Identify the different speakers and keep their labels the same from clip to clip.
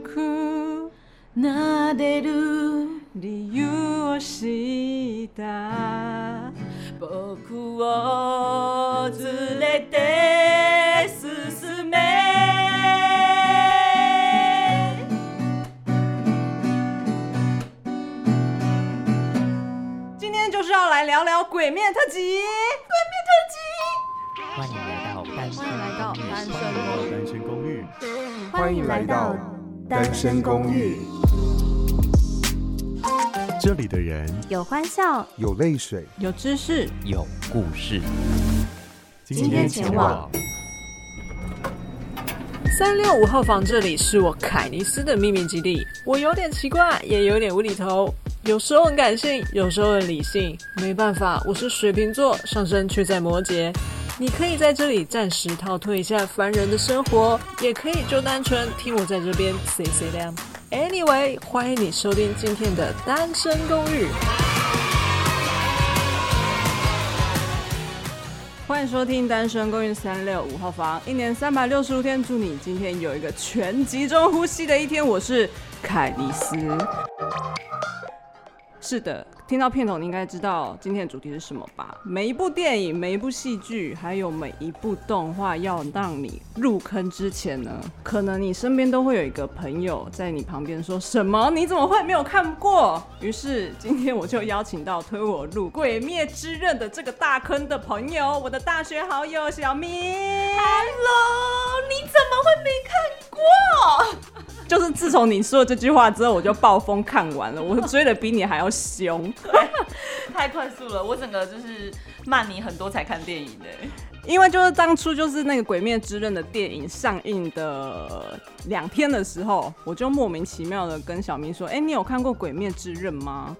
Speaker 1: く
Speaker 2: 撫でる
Speaker 1: 理由を知った
Speaker 2: 僕を連れて進め
Speaker 1: 今天就是要来聊聊《鬼面特辑》。
Speaker 3: 欢迎来到单身
Speaker 4: 单身公寓，
Speaker 5: 欢迎来到单身公寓，
Speaker 4: 这里的人
Speaker 6: 有欢笑，
Speaker 5: 有泪水。
Speaker 1: 有知识，
Speaker 3: 有故事。
Speaker 6: 今天前往。
Speaker 7: 三六五号房这里是我凯尼斯的秘密基地。我有点奇怪，也有点无厘头，有时候很感性，有时候很理性。没办法，我是水瓶座，上升却在摩羯。你可以在这里暂时逃脱一下凡人的生活，也可以就单纯听我在这边 say say 亮。Anyway，欢迎你收听今天的《单身公寓》。
Speaker 1: 欢迎收听《单身公寓三六五号房》，一年三百六十五天，祝你今天有一个全集中呼吸的一天。我是凯尼斯。是的，听到片头，你应该知道今天的主题是什么吧？每一部电影、每一部戏剧，还有每一部动画，要让你入坑之前呢，可能你身边都会有一个朋友在你旁边说什么：“你怎么会没有看过？”于是今天我就邀请到推我入《鬼灭之刃》的这个大坑的朋友，我的大学好友小明。Hello，你怎么会没看过？就是自从你说了这句话之后，我就暴风看完了，我追的比你还要凶。
Speaker 2: 太快速了，我整个就是慢你很多才看电影的、
Speaker 1: 因为就是当初就是那个《鬼灭之刃》的电影上映的两天的时候，我就莫名其妙的跟小明说：“哎、你有看过《鬼灭之刃》吗？”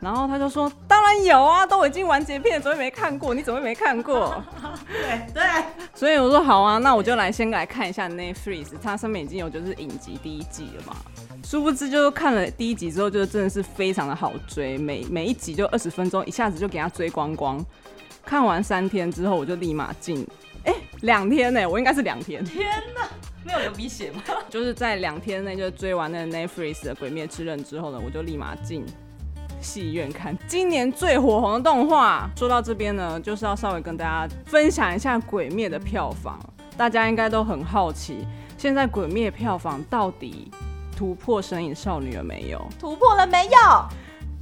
Speaker 1: 然后他就说：“当然有啊，都已经完结篇了，怎么会没看过？你怎么会没看过？”
Speaker 2: 对对，
Speaker 1: 所以我说好啊，那我就来先来看一下 Netflix，它上面已经有就是影集第一季了嘛。殊不知就是看了第一集之后，就真的是非常的好追，每每一集就二十分钟，一下子就给它追光光。看完三天之后，我就立马进，哎、两天呢、我应该是两天，
Speaker 2: 没有流鼻血吗？
Speaker 1: 就是在两天内就追完那个 Netflix 的《鬼灭之刃》之后呢，我就立马进戏院看今年最火红的动画。说到这边呢，就是要稍微跟大家分享一下《鬼灭》的票房，大家应该都很好奇，现在《鬼灭》票房到底突破《神隐少女》了没有？
Speaker 2: 突破了没有？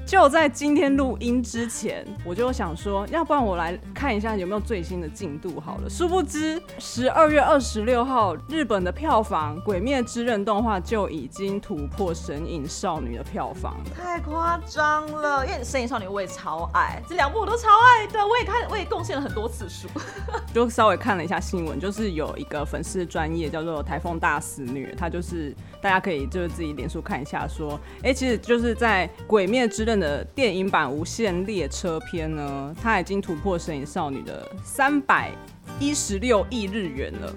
Speaker 1: 就在今天录音之前，我就想说，要不然我来看一下有没有最新的进度好了。殊不知，十二月二十六号，日本的票房《鬼灭之刃》动画就已经突破《神隐少女》的票房。
Speaker 2: 太夸张了，因为《神隐少女》我也超爱，这两部我都超爱的，我也看，我也贡献了很多次数。
Speaker 1: 就稍微看了一下新闻，就是有一个粉丝专业叫做“台风大肆虐”，他就是大家可以就是自己脸书看一下，说，哎、其实就是在《鬼灭之刃》的电影版《无限列车篇》呢，它已经突破《神隐少女》的三百一十六亿日元了，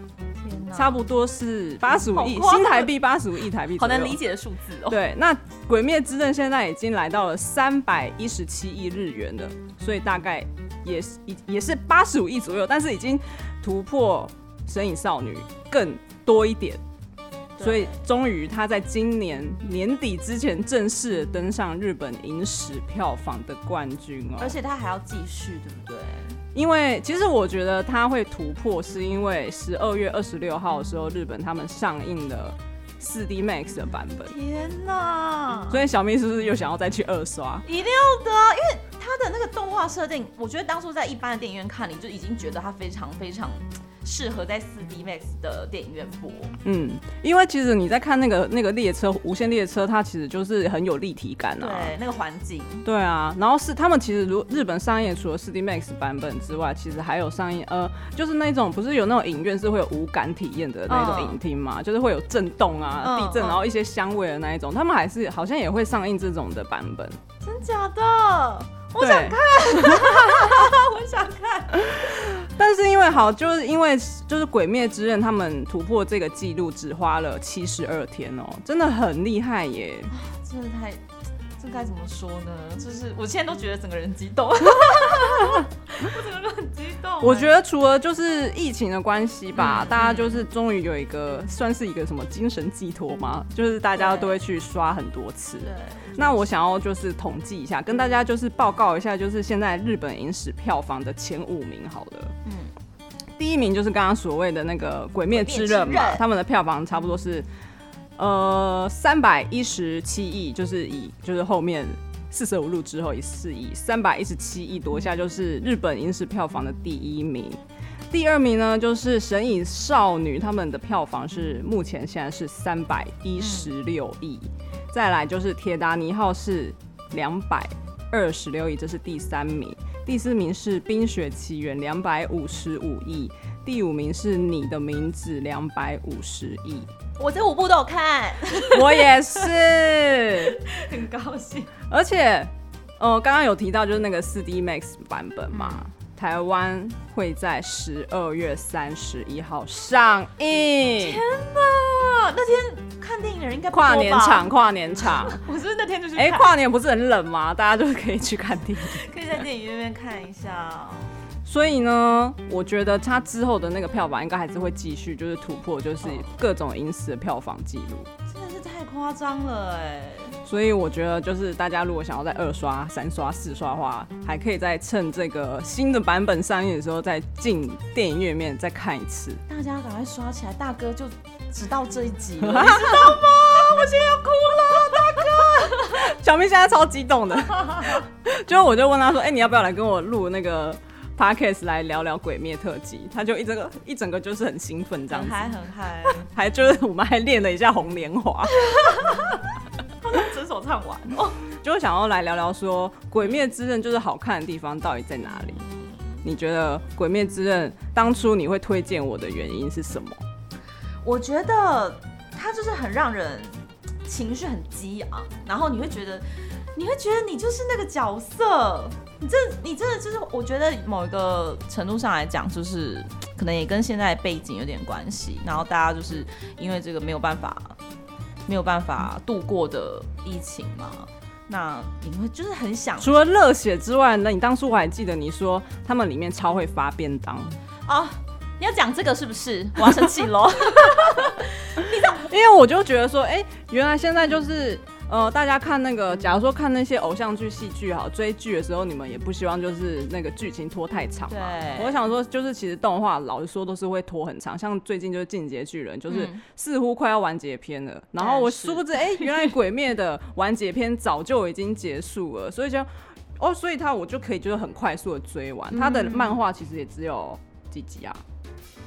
Speaker 2: 天哪
Speaker 1: 差不多是八十五亿
Speaker 2: 好夸张
Speaker 1: 新台币，八十五亿台币，
Speaker 2: 好难理。解的数字哦。
Speaker 1: 对，那《鬼灭之刃》现在已经来到了三百一十七亿日元了，所以大概也是也也是八十五亿左右，但是已经突破《神隐少女》更多一点，
Speaker 2: 对
Speaker 1: 所以终于它在今年年底之前正式登上日本影史票房的冠军哦。
Speaker 2: 而且他还要继续，对不对？
Speaker 1: 因为其实我觉得它会突破，是因为十二月二十六号的时候，日本他们上映了四 D Max 的版本。
Speaker 2: 天哪！
Speaker 1: 所以小咪是不是又想要再去二刷？
Speaker 2: 一定要的啊，因为它的那个动画设定，我觉得当初在一般的电影院看，你就已经觉得它非常非常适合在 4D Max 的电影院播。
Speaker 1: 嗯，因为其实你在看那个那个列车无限列车，它其实就是很有立体感啊。
Speaker 2: 对，那个环境，
Speaker 1: 对啊，然后是他们其实如日本上映除了 4D Max 版本之外，其实还有上映呃，就是那种不是有那种影院是会有无感体验的那种
Speaker 2: 嗯
Speaker 1: 影厅嘛，就是会有震动啊、
Speaker 2: 嗯
Speaker 1: 地震，
Speaker 2: 嗯
Speaker 1: 然后一些香味的那一种，他们还是好像也会上映这种的版本。
Speaker 2: 真假的？ 我
Speaker 1: 对。
Speaker 2: 想看，我想看。
Speaker 1: 但是因为好，就是因为就是《鬼灭之刃》他们突破这个记录只花了七十二天哦，真的很厉害耶。
Speaker 2: 真的太，这该怎么说呢？就是我现在都觉得整个人激动， 我整个人很激动。
Speaker 1: 我觉得除了就是疫情的关系吧，大家就是终于有一个算是一个什么精神寄托嘛，就是大家都会去刷很多次。
Speaker 2: 对，
Speaker 1: 那我想要就是统计一下，跟大家就是报告一下，就是现在日本影史票房的前五名好了。嗯
Speaker 2: 嗯，
Speaker 1: 第一名就是刚刚所谓的那个《鬼灭之刃》
Speaker 2: 鬼灭之
Speaker 1: 嘛，
Speaker 2: 刃
Speaker 1: 他们的票房差不多是呃三百一十七亿，就是以就是后面。四舍五入之后以四亿三百一十七亿夺下，就是日本影史票房的第一名。第二名呢，就是《神隐少女》，他们的票房是目前现在是三百一十六亿。
Speaker 2: 嗯
Speaker 1: 再来就是《铁达尼号》是两百二十六亿，这是第三名。第四名是《冰雪奇缘》两百五十五亿，第五名是《你的名字》两百五十亿。
Speaker 2: 我这五部都有看，
Speaker 1: 我也是，
Speaker 2: 很高兴。
Speaker 1: 而且，呃，刚刚有提到就是那个四 D Max 版本嘛，台湾会在十二月三十一号上映，
Speaker 2: 啊，那天看电影的人应该不多吧
Speaker 1: 跨年场，，跨年场。
Speaker 2: 我是不是那天就去看？
Speaker 1: 哎、跨年不是很冷吗？大家就可以去看电影。
Speaker 2: 可以在电影院看一下。
Speaker 1: 所以呢，我觉得它之后的那个票房应该还是会继续，就是突破就是
Speaker 2: 嗯
Speaker 1: 各种影史的票房记录。
Speaker 2: 真的是太夸张了哎、
Speaker 1: 所以我觉得就是大家如果想要再二刷、三刷、四刷的话，还可以再趁这个新的版本上映的时候再进电影院里面再看一 次。
Speaker 2: 大家赶快刷起来，大哥就只到这一集了，你知道吗？我现在要哭了，大哥。
Speaker 1: 小明现在超激动的， 就我就问他说：“哎、你要不要来跟我录那个 podcast 来聊聊《鬼灭》特辑？”他就一整个一整个就是很兴奋 这样
Speaker 2: 很
Speaker 1: 子，
Speaker 2: 嗨很 嗨，
Speaker 1: 还就是我们还练了一下红莲华。
Speaker 2: 整首唱完哦。
Speaker 1: 就想要来聊聊说《鬼灭之刃》就是好看的地方到底在哪里？你觉得《鬼灭之刃》当初你会推荐我的原因是什么？
Speaker 2: 我觉得他就是很让人情绪很激昂，然后你会觉得，你会觉得你就是那个角色，你这你真的就是，我觉得某一个程度上来讲，就是可能也跟现在背景有点关系，然后大家就是因为这个没有办法没有办法度过的疫情嘛，那你会就是很想
Speaker 1: 除了热血之外，那你当初我还记得你说他们里面超会发便当，
Speaker 2: 啊。你要讲这个是不是？我要生气喽！
Speaker 1: 因为我就觉得说，哎、原来现在就是。呃，大家看那个，假如说看那些偶像剧、戏剧好追剧的时候，你们也不希望就是那个剧情拖太长嘛。
Speaker 2: 对
Speaker 1: 我 想说，就是其实动画老实说都是会拖很长，像最近就是《进阶巨人》，就是
Speaker 2: 嗯
Speaker 1: 似乎快要完结篇了。然后我
Speaker 2: 但是
Speaker 1: 殊不知，哎、原来《鬼灭》的完结篇早就已经结束了，所以就哦，所以他我就可以就是很快速的追完。他
Speaker 2: 嗯
Speaker 1: 的漫画其实也只有几集啊，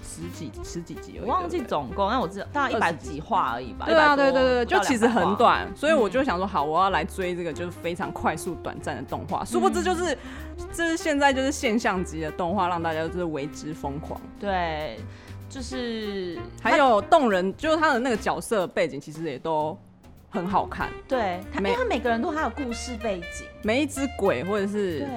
Speaker 1: 十几十几集而已。
Speaker 2: 我忘记
Speaker 1: 对不对
Speaker 2: 总共，但我知道大概一百几话而已吧。
Speaker 1: 对啊，
Speaker 2: 100
Speaker 1: 对
Speaker 2: 多
Speaker 1: 对对，
Speaker 2: 不到
Speaker 1: 就其实
Speaker 2: 200话嗯
Speaker 1: 很。短，所以我就想说，好，我要来追这个就是非常快速短暂的动画。殊不知就是，
Speaker 2: 嗯
Speaker 1: 这是现在就是现象级的动画，让大家就是为之疯狂。
Speaker 2: 对，就是
Speaker 1: 还有动人，就是他的那个角色背景其实也都很好看，
Speaker 2: 对，他因
Speaker 1: 每
Speaker 2: 为他每个人都还有故事背景。
Speaker 1: 每一只鬼或者是
Speaker 2: 对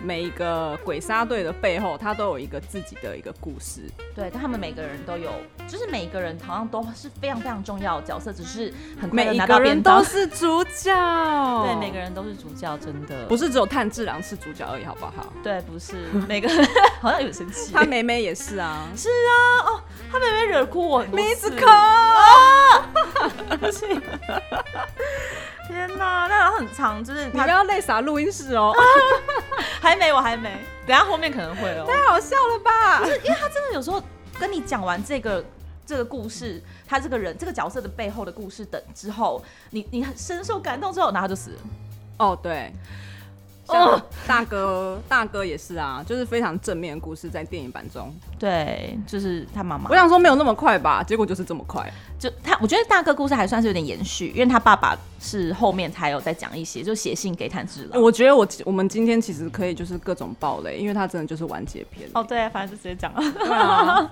Speaker 1: 每一个鬼杀队的背后，他都有一个自己的一个故事。
Speaker 2: 对，但他们每个人都有，就是每个人好像都是非常非常重要的角色，只是很快
Speaker 1: 每
Speaker 2: 的
Speaker 1: 一
Speaker 2: 拿
Speaker 1: 个
Speaker 2: 到便
Speaker 1: 人
Speaker 2: 当
Speaker 1: 都。是主角，
Speaker 2: 对
Speaker 1: 对，
Speaker 2: 每个人都是主角，真的
Speaker 1: 不是只有炭治郎是主角而已，好不 好？
Speaker 2: 对，不 是每个人好像有生气。
Speaker 1: 他妹妹也是啊，
Speaker 2: 是啊，哦，他妹妹惹哭我很多次。
Speaker 1: 梅子可
Speaker 2: 哦
Speaker 1: 啊！
Speaker 2: 天哪，那很长，就是
Speaker 1: 你不
Speaker 2: 他
Speaker 1: 要泪洒录音室哦，
Speaker 2: 啊还没，我还没，等一下后面可能会哦。
Speaker 1: 太啊好笑了吧？
Speaker 2: 真的有时候跟你讲完这个这个故事，他这个人这个角色的背后的故事等之后，你你深受感动之后，然后他就死了。
Speaker 1: 哦，对。像
Speaker 2: 哦
Speaker 1: 大哥，大哥也是啊，就是非常正面的故事，在电影版中，
Speaker 2: 对，就是他妈妈
Speaker 1: 我。想说没有那么快吧，结果就是这么快。
Speaker 2: 就他，我觉得大哥故事还算是有点延续，因为他爸爸是后面才有再讲一些，就写信给炭治郎。
Speaker 1: 我觉得我我们今天其实可以就是各种暴雷，因为它真的就是完结篇。
Speaker 2: 哦，对，反正就直接讲了。
Speaker 1: 对 啊，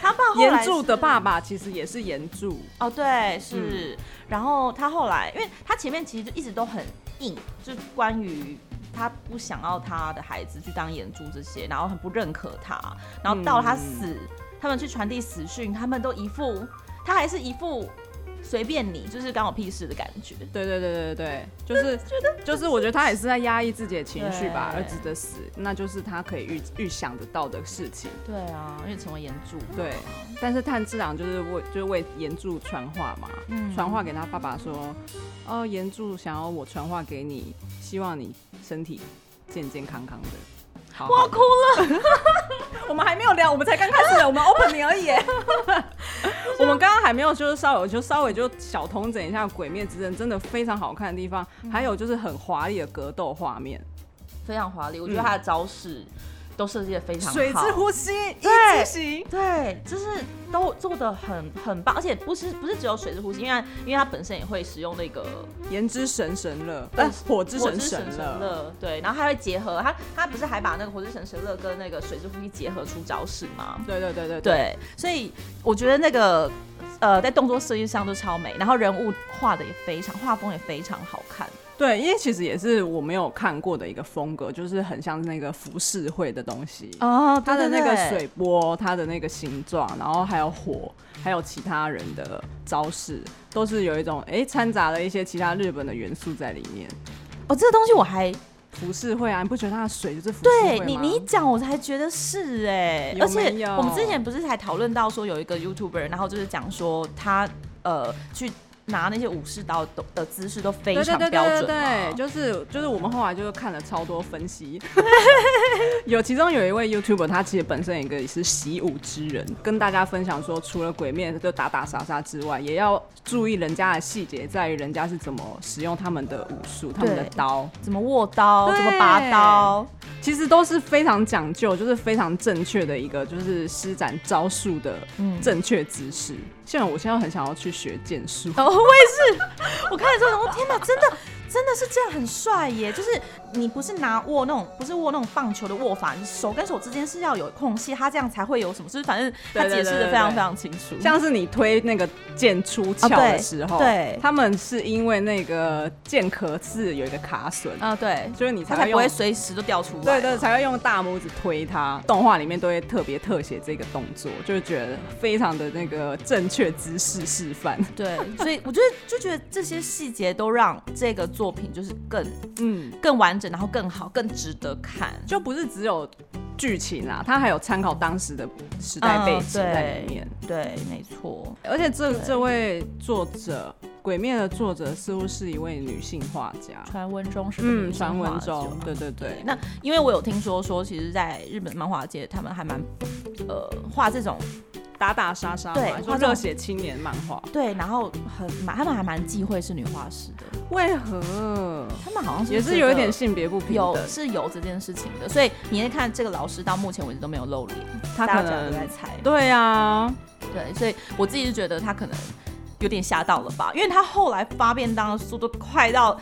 Speaker 2: 他爸后
Speaker 1: 岩
Speaker 2: 来
Speaker 1: 柱
Speaker 2: 是
Speaker 1: 的爸爸其实也是岩柱，
Speaker 2: 哦，对，是。然后他后来，因为他前面其实就一直都很硬，就是关于他不想要他的孩子去当眼珠这些，然后很不认可他，嗯然后到他死，他们去传递死讯，他们都一副，他还是一副随便你，就是干我屁事的感觉。
Speaker 1: 对对对对对，就是就是，我觉得他也是在压抑自己的情绪吧，
Speaker 2: 对
Speaker 1: 儿子的死，那就是他可以预预想得到的事情。
Speaker 2: 对啊，因为成为岩柱。
Speaker 1: 对，但是炭治郎就是为就是为岩柱传话嘛，
Speaker 2: 嗯
Speaker 1: 传话给他爸爸说，哦，岩柱想要我传话给你，希望你身体健健康康的。好
Speaker 2: 我
Speaker 1: 好
Speaker 2: 要哭了，
Speaker 1: 我们还没有聊，我们才刚开始，我们 opening 而已。我们刚刚还没有就是稍微就稍微就小同整一下《鬼灭之刃》真的非常好看的地方，还有就是很华丽的格斗画面，
Speaker 2: 非常华丽。我觉得他的招式都设计的非常好，
Speaker 1: 水之呼吸，一之
Speaker 2: 对
Speaker 1: 行。
Speaker 2: 对，就是都做的很很棒，而且不是不是只有水之呼吸，因为它因为它本身也会使用那个
Speaker 1: 言之神神乐，哎，火之神
Speaker 2: 神
Speaker 1: 神乐，
Speaker 2: 乐，对，然后它会结合它它不是还把那个火之神神乐跟那个水之呼吸结合出招式吗？
Speaker 1: 对对对对对，
Speaker 2: 对，所以我觉得那个呃在动作设计上都超美，然后人物画的也非常，画风也非常好看。
Speaker 1: 对，因为其实也是我没有看过的一个风格，就是很像那个浮世绘的东西。
Speaker 2: 哦，
Speaker 1: 它的那个水波，它的那个形状，然后还有火，还有其他人的招式，都是有一种哎掺杂了一些其他日本的元素在里面。
Speaker 2: 哦，这个东西我还
Speaker 1: 浮世绘啊，你不觉得它的水就是浮世绘
Speaker 2: 对
Speaker 1: 吗
Speaker 2: 你你一讲我才觉得是哎、
Speaker 1: 有
Speaker 2: 而且
Speaker 1: 没有
Speaker 2: 我们之前不是才讨论到说有一个 YouTuber，然后就是讲说他呃去拿那些武士刀的的姿势都非
Speaker 1: 对对
Speaker 2: 常
Speaker 1: 对
Speaker 2: 标
Speaker 1: 对对
Speaker 2: 准哦
Speaker 1: 对，
Speaker 2: 嘛
Speaker 1: 就是就是我们后来就是看了超多分析， 有其中有一位 YouTuber，他其实本身一个也是习武之人，跟大家分享说，除了鬼面就打打杀杀之外，也要注意人家的细节，在于人家是怎么使用他们的武术，他们的
Speaker 2: 对
Speaker 1: 刀。
Speaker 2: 怎么握刀，
Speaker 1: 对
Speaker 2: 怎么 拔刀，
Speaker 1: 其实都是非常讲究，就是非常正确的一个，就是施展招数的
Speaker 2: 嗯
Speaker 1: 正确姿势。像我现在很想要去学剑术，
Speaker 2: 哦，我也是，我看了之后想说，天哪，真的真的是这样，很帅耶！就是你不是拿握那种，不是握那种棒球的握法，你手跟手之间是要有空隙，他这样才会有什么，就是反正他
Speaker 1: 对对
Speaker 2: 解释
Speaker 1: 对
Speaker 2: 的
Speaker 1: 对
Speaker 2: 非
Speaker 1: 对
Speaker 2: 常非常清楚。
Speaker 1: 像是你推那个剑出鞘
Speaker 2: 啊对
Speaker 1: 的时候，
Speaker 2: 对
Speaker 1: 他们是因为那个剑壳是有一个卡榫，
Speaker 2: 啊、对，
Speaker 1: 所以你
Speaker 2: 他
Speaker 1: 才
Speaker 2: 才
Speaker 1: 会
Speaker 2: 不
Speaker 1: 用
Speaker 2: 会。随时都掉出来。哦
Speaker 1: 对对，才会用大拇指推它。动画里面都会特别特写这个动作，就是觉得非常的那个正确姿势示范。
Speaker 2: 对，所以我觉得就觉得这些细节都让这个作品就是更
Speaker 1: 嗯，
Speaker 2: 更完整，然后更好，更值得看。
Speaker 1: 就不是只有剧情啊，它还有参考当时的时代背景在里面。
Speaker 2: 对，没错，
Speaker 1: 而且这
Speaker 2: 嗯对
Speaker 1: 这位作者，《鬼灭》的作者似乎是一位女性画家。
Speaker 2: 传闻中是
Speaker 1: 嗯，传闻中，
Speaker 2: 对。
Speaker 1: 对对对，
Speaker 2: 那因为我有听说说，其实，在日本漫画界，他们还蛮呃画这种
Speaker 1: 打打杀杀
Speaker 2: 对
Speaker 1: 嘛，就
Speaker 2: 画这种
Speaker 1: 热血青年漫画，
Speaker 2: 对，然后很蛮他们还蛮忌讳是女画师的，
Speaker 1: 为何
Speaker 2: 他们好像是
Speaker 1: 也是
Speaker 2: 觉
Speaker 1: 有一
Speaker 2: 得
Speaker 1: 点性别不平
Speaker 2: 有
Speaker 1: 等？
Speaker 2: 是有这件事情的，所以你会看这个老师到目前为止都没有露脸，
Speaker 1: 他可
Speaker 2: 大家都在
Speaker 1: 能
Speaker 2: 猜，
Speaker 1: 对啊，
Speaker 2: 对，所以我自己是觉得他可能有点吓到了吧，因为他后来发便当的速度快到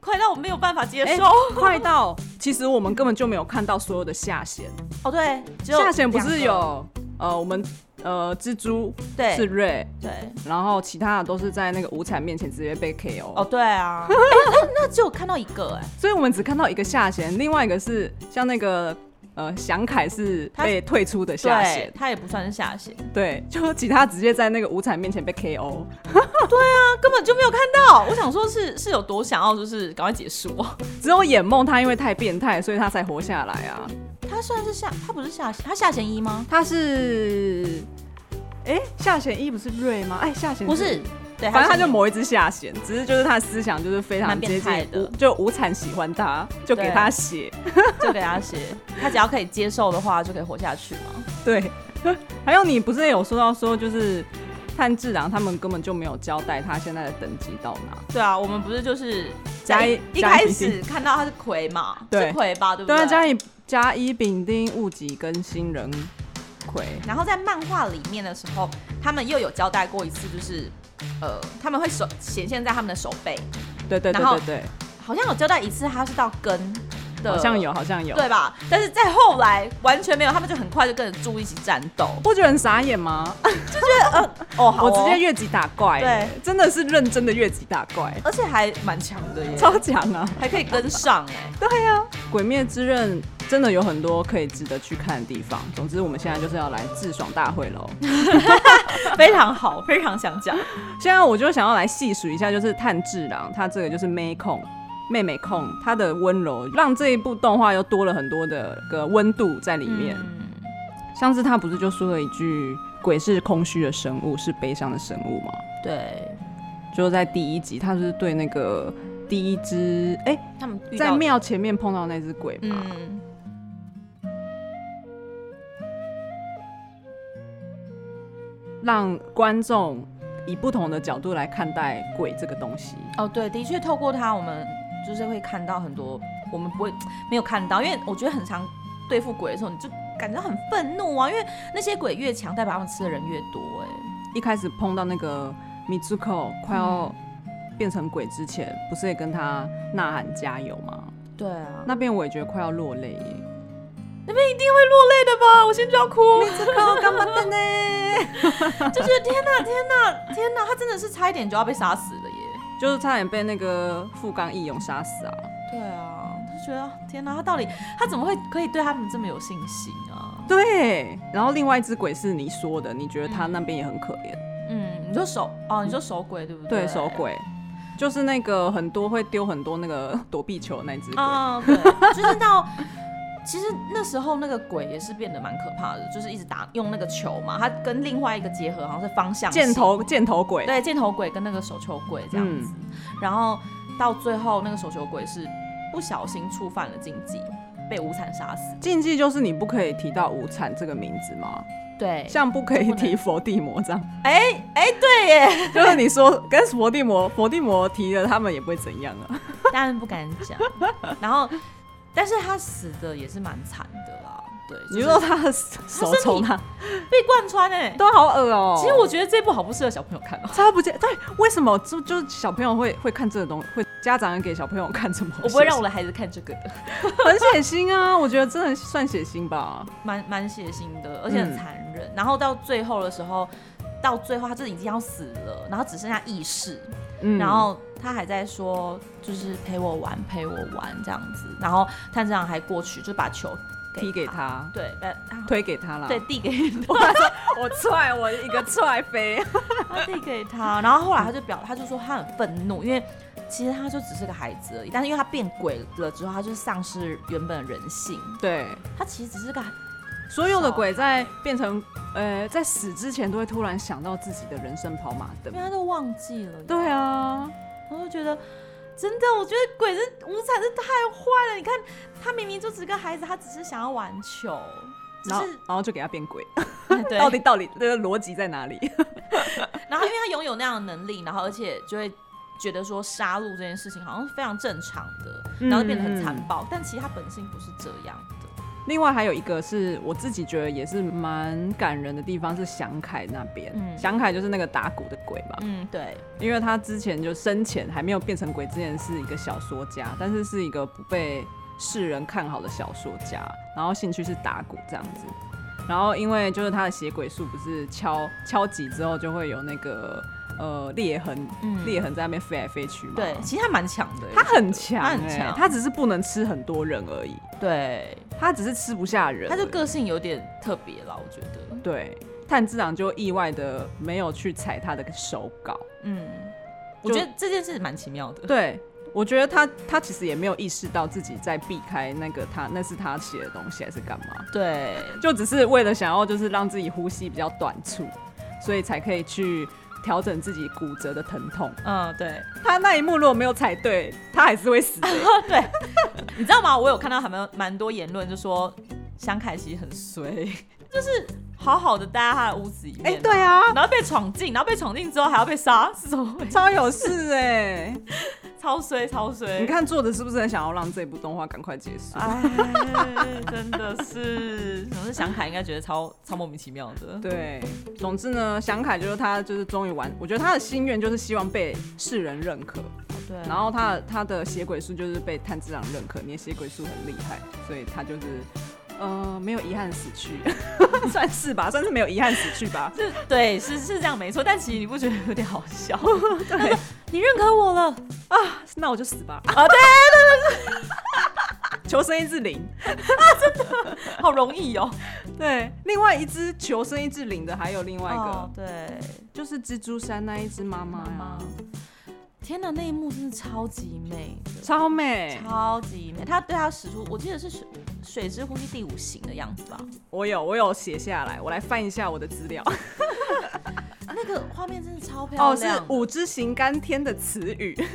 Speaker 2: 快到我没有办法接
Speaker 1: 哎
Speaker 2: 受，
Speaker 1: 快到，其实我们根本就没有看到所有的下弦，
Speaker 2: 哦对，只有
Speaker 1: 下弦不
Speaker 2: 两
Speaker 1: 是
Speaker 2: 个
Speaker 1: 有呃我们呃蜘蛛
Speaker 2: 对
Speaker 1: 是瑞，
Speaker 2: 对
Speaker 1: 然后其他的都是在那个无产面前直接被 KO。
Speaker 2: 哦对啊， 哎那那只有看到一个哎、
Speaker 1: 所以我们只看到一个下弦，另外一个是像那个呃祥凯是
Speaker 2: 他
Speaker 1: 被退出的下
Speaker 2: 对
Speaker 1: 弦，，
Speaker 2: 他也不算是下线，
Speaker 1: 对，就其他直接在那个无产面前被 KO。
Speaker 2: 他哦啊根本就没有看到。我想说是是有多想要，就是赶快结束啊。
Speaker 1: 只有眼梦他因为太变态，所以他才活下来啊。
Speaker 2: 他算是下，他不是下线，他下线一吗？
Speaker 1: 他是，哎、下弦一不是瑞吗？哎、下弦
Speaker 2: 不是，对，
Speaker 1: 反正他
Speaker 2: 下弦
Speaker 1: 就某一只下弦，只是就是他的思想就是非常
Speaker 2: 蛮
Speaker 1: 接
Speaker 2: 变态
Speaker 1: 近
Speaker 2: 的
Speaker 1: 无，就无产喜欢他，就给
Speaker 2: 对
Speaker 1: 他血，
Speaker 2: 就给他写，他只要可以接受的话，就可以活下去嘛。
Speaker 1: 对， 还有你不是也有说到说，就是炭治郎他们根本就没有交代他现在的等级到哪。
Speaker 2: 对啊，我们不是就是
Speaker 1: 加
Speaker 2: 在
Speaker 1: 一
Speaker 2: 一
Speaker 1: 加一
Speaker 2: 开始看到他是魁嘛，
Speaker 1: 对
Speaker 2: 是魁吧，对不
Speaker 1: 对啊，
Speaker 2: 对？
Speaker 1: 加以加一丙丁戊己庚辛壬癸，
Speaker 2: 然后在漫画里面的时候，他们又有交代过一次，就是呃，他们会手显现在他们的手背，
Speaker 1: 对对对
Speaker 2: 然后
Speaker 1: 对对，
Speaker 2: 好像有交代一次，他是到根，的，
Speaker 1: 好像有，好像有。
Speaker 2: 对吧？但是在后来完全没有，他们就很快就跟着猪一起战斗。
Speaker 1: 不觉得很傻眼吗？
Speaker 2: 哦，好
Speaker 1: 我
Speaker 2: 哦
Speaker 1: 直接越级打怪，
Speaker 2: 对，
Speaker 1: 真的是认真的越级打怪，
Speaker 2: 而且还蛮强的耶，
Speaker 1: 超强啊！
Speaker 2: 还可以跟上 哎。
Speaker 1: 对呀、《鬼灭之刃》真的有很多可以值得去看的地方。总之，我们现在就是要来自爽大会喽。
Speaker 2: 非常好，非常想讲。
Speaker 1: 现在我就想要来细数一下，就是炭治郎他这个就是妹控。妹妹控，她的温柔让这一部动画又多了很多的个温度在里面。
Speaker 2: 嗯
Speaker 1: 像是他不是就说了一句“鬼是空虚的生物，是悲伤的生物”吗？
Speaker 2: 对
Speaker 1: 就在第一集，他就是对那个第一只哎、
Speaker 2: 他们遇到
Speaker 1: 在庙前面碰到那只鬼嘛，
Speaker 2: 嗯，
Speaker 1: 让观众以不同的角度来看待鬼这个东西。
Speaker 2: 哦，对，的确透过它，我们就是会看到很多我们不会没有看到，因为我觉得很常对付鬼的时候，你就感觉到很愤怒啊，因为那些鬼越强，代表他们吃的人越多、哎，
Speaker 1: 一开始碰到那个 Mizuko 快要变成鬼之前，不是也跟他呐喊加油吗？
Speaker 2: 对啊，
Speaker 1: 那边我也觉得快要落泪耶。
Speaker 2: 那边一定会落泪的吧？我现在就要哭，
Speaker 1: 靠，干嘛的呢？
Speaker 2: 就是天哪，天哪，天哪，他真的是差一点就要被杀死了耶！
Speaker 1: 就是差点被那个富冈义勇杀死啊！
Speaker 2: 对啊，就觉得天哪，他到底他怎么会可以对他们这么有信心啊？
Speaker 1: 对，然后另外一只鬼是你说的，你觉得他那边也很可怜。
Speaker 2: 嗯，你说手哦，你说手鬼对不对
Speaker 1: 对，手鬼就是那个很多会丢很多那个躲避球的那只鬼。
Speaker 2: 啊、对，就是到。其实那时候那个鬼也是变得蛮可怕的，就是一直打用那个球嘛，它跟另外一个结合，好像是方向
Speaker 1: 箭
Speaker 2: 性
Speaker 1: 头嗯箭头鬼，
Speaker 2: 对箭头鬼跟那个手球鬼这样子，然后到最后那个手球鬼是不小心触犯了禁忌，被无惨杀死。
Speaker 1: 禁忌就是你不可以提到无惨这个名字吗？
Speaker 2: 对，
Speaker 1: 像不可以
Speaker 2: 不能
Speaker 1: 提佛地魔这样，
Speaker 2: 哎哎对耶，
Speaker 1: 就是你说跟佛地魔佛地魔提了，他们也不会怎样啊。
Speaker 2: 当然不敢讲。然后，但是他死的也是蛮惨的啦，对，
Speaker 1: 你
Speaker 2: 就是
Speaker 1: 说他的手
Speaker 2: 身体
Speaker 1: 从他，
Speaker 2: 被贯穿哎、
Speaker 1: 都好恶哦、
Speaker 2: 其实我觉得这部好不适合小朋友看哦。
Speaker 1: 超不见对，为什么就就是小朋友会会看这个东西，会家长给小朋友看什么？
Speaker 2: 我不会让我的孩子看这个的，
Speaker 1: 很血腥啊！ 我觉得真的算血腥吧。
Speaker 2: 蛮蛮血腥的，而且
Speaker 1: 嗯
Speaker 2: 很残忍。然后到最后的时候，到最后他就是已经要死了，然后只剩下意识，
Speaker 1: 嗯
Speaker 2: 然后他还在说就是陪我玩，陪我玩这样子。然后探长还过去就把球
Speaker 1: 踢给
Speaker 2: 他，
Speaker 1: 他，啊
Speaker 2: 对，呃，他
Speaker 1: 推给他啦。
Speaker 2: 对，递给
Speaker 1: 我还说我踹我一个踹飞。
Speaker 2: 他 递给他，然后后来他就表，他就说他很愤怒，因为其实他就只是个孩子而已，但是因为他变鬼了之后，他就是丧失原本的人性，
Speaker 1: 对，
Speaker 2: 他其实只是个
Speaker 1: 所有的鬼在变成呃在死之前，都会突然想到自己的人生跑马灯
Speaker 2: 因为。他都忘记了。
Speaker 1: 对啊，
Speaker 2: 我就觉得，真的，我觉得鬼真无惨是太坏了。你看，他明明就只是个孩子，他只是想要玩 球，只
Speaker 1: 然后
Speaker 2: 是
Speaker 1: 然后就给他变鬼，
Speaker 2: 对
Speaker 1: 到底到底这个逻辑在哪里？
Speaker 2: 然后因为他拥有那样的能力，然后而且就会觉得说杀戮这件事情好像是非常正常的，然后就变
Speaker 1: 嗯
Speaker 2: 得很残暴。但其实他本性不是这样的。
Speaker 1: 另外还有一个是我自己觉得也是蛮感人的地方，是祥凯那边。
Speaker 2: 嗯
Speaker 1: 祥凯就是那个打鼓的鬼嘛，
Speaker 2: 嗯，对，
Speaker 1: 因为他之前就生前还没有变成鬼之前是一个小说家，但是是一个不被世人看好的小说家，然后兴趣是打鼓这样子。然后因为就是他的血鬼术不是敲敲击之后就会有那个呃裂痕，
Speaker 2: 嗯
Speaker 1: 裂痕在那边飞来飞去嘛。
Speaker 2: 对，其实他蛮强的，
Speaker 1: 他很强、
Speaker 2: 他
Speaker 1: 欸，
Speaker 2: 很强
Speaker 1: 他只是不能吃很多人而已，
Speaker 2: 对，
Speaker 1: 他只是吃不下人而
Speaker 2: 他
Speaker 1: 已，
Speaker 2: 就个性有点特别啦，我觉得。
Speaker 1: 对。炭治郎就意外的没有去踩他的手稿，
Speaker 2: 嗯，我
Speaker 1: 就
Speaker 2: 觉得这件事蛮奇妙的。
Speaker 1: 对，我觉得他他其实也没有意识到自己在避开那个他那是他写的东西还是干嘛，
Speaker 2: 对，
Speaker 1: 就只是为了想要就是让自己呼吸比较短促，所以才可以去调整自己骨折的疼痛。
Speaker 2: 嗯，对。
Speaker 1: 他那一幕如果没有踩对，他还是会死的。
Speaker 2: 对，你知道吗？我有看到还蛮蛮多言论，就说香凯其实很衰， 就是好好的待在他的屋子里面、
Speaker 1: 哎、对，啊，
Speaker 2: 然后被闯进，然后被闯进之后还要被杀，是什么回事？
Speaker 1: 超有事哎、
Speaker 2: 超衰，超衰！
Speaker 1: 你，看作者是不是很想要让这部动画赶快结束？
Speaker 2: 哎，真的是，我是想凯应该觉得超超莫名其妙的。
Speaker 1: 对，总之呢，祥凯就是他，就是终于完。我觉得他的心愿就是希望被世人认可，
Speaker 2: 对，啊
Speaker 1: 然后他的他的血鬼术就是被炭治郎认可，你的血鬼术很厉害，所以他就是呃没有遗憾死去， 算是吧，算是没有遗憾死去吧。
Speaker 2: 是，对，是是这样没错，但其实你不觉得有点好笑？ 对，你认可我了，
Speaker 1: 啊那我就死吧。啊，对 对对，求生意志零。
Speaker 2: 好容易哦。
Speaker 1: 对，另外一只求生意志零的还有另外一个，
Speaker 2: 哦，对，
Speaker 1: 就是蜘蛛山那一只妈妈哎呀
Speaker 2: 妈，天哪，那一幕真的超级美的。
Speaker 1: 超美。
Speaker 2: 超级美，他对他使出，我记得是水水之呼吸第五型的样子吧？
Speaker 1: 我有我有写下来，我来翻一下我的资料。
Speaker 2: 啊那个画面真的超漂
Speaker 1: 哦，是
Speaker 2: 亮的。
Speaker 1: 五之行干天的词语。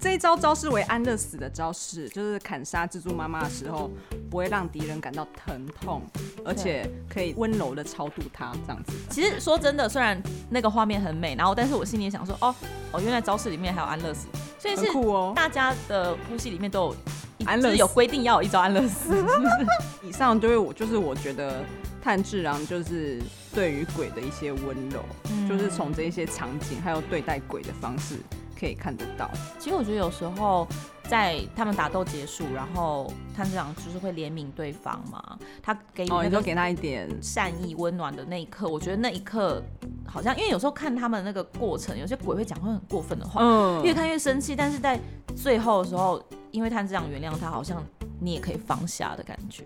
Speaker 1: 这一招招式为安乐死的招式，就是砍杀蜘蛛妈妈的时候，不会让敌人感到疼痛，而且可以温柔的超度它，这样子。
Speaker 2: 其实说真的，虽然那个画面很美，然后但是我心里也想说，哦哦，原来招式里面还有安乐死，所以
Speaker 1: 很
Speaker 2: 是
Speaker 1: 酷哦
Speaker 2: 大家的呼吸里面都有一。
Speaker 1: 安乐
Speaker 2: 就
Speaker 1: 死
Speaker 2: 是有规定要有一招安乐死，
Speaker 1: 以上就是我就是我觉得炭治郎就是对于鬼的一些温柔，
Speaker 2: 嗯
Speaker 1: 就是从这一些场景还有对待鬼的方式可以看得到。
Speaker 2: 其实我觉得有时候在他们打斗结束，然后炭治郎就是会怜悯对方嘛，他给予
Speaker 1: 哦，
Speaker 2: 那
Speaker 1: 你就
Speaker 2: 个
Speaker 1: 给他一点
Speaker 2: 善意温暖的那一刻，我觉得那一刻好像，因为有时候看他们那个过程，有些鬼会讲会很过分的话，
Speaker 1: 嗯
Speaker 2: 越看越生气，但是在最后的时候，因为炭治郎原谅他，好像你也可以放下的感觉。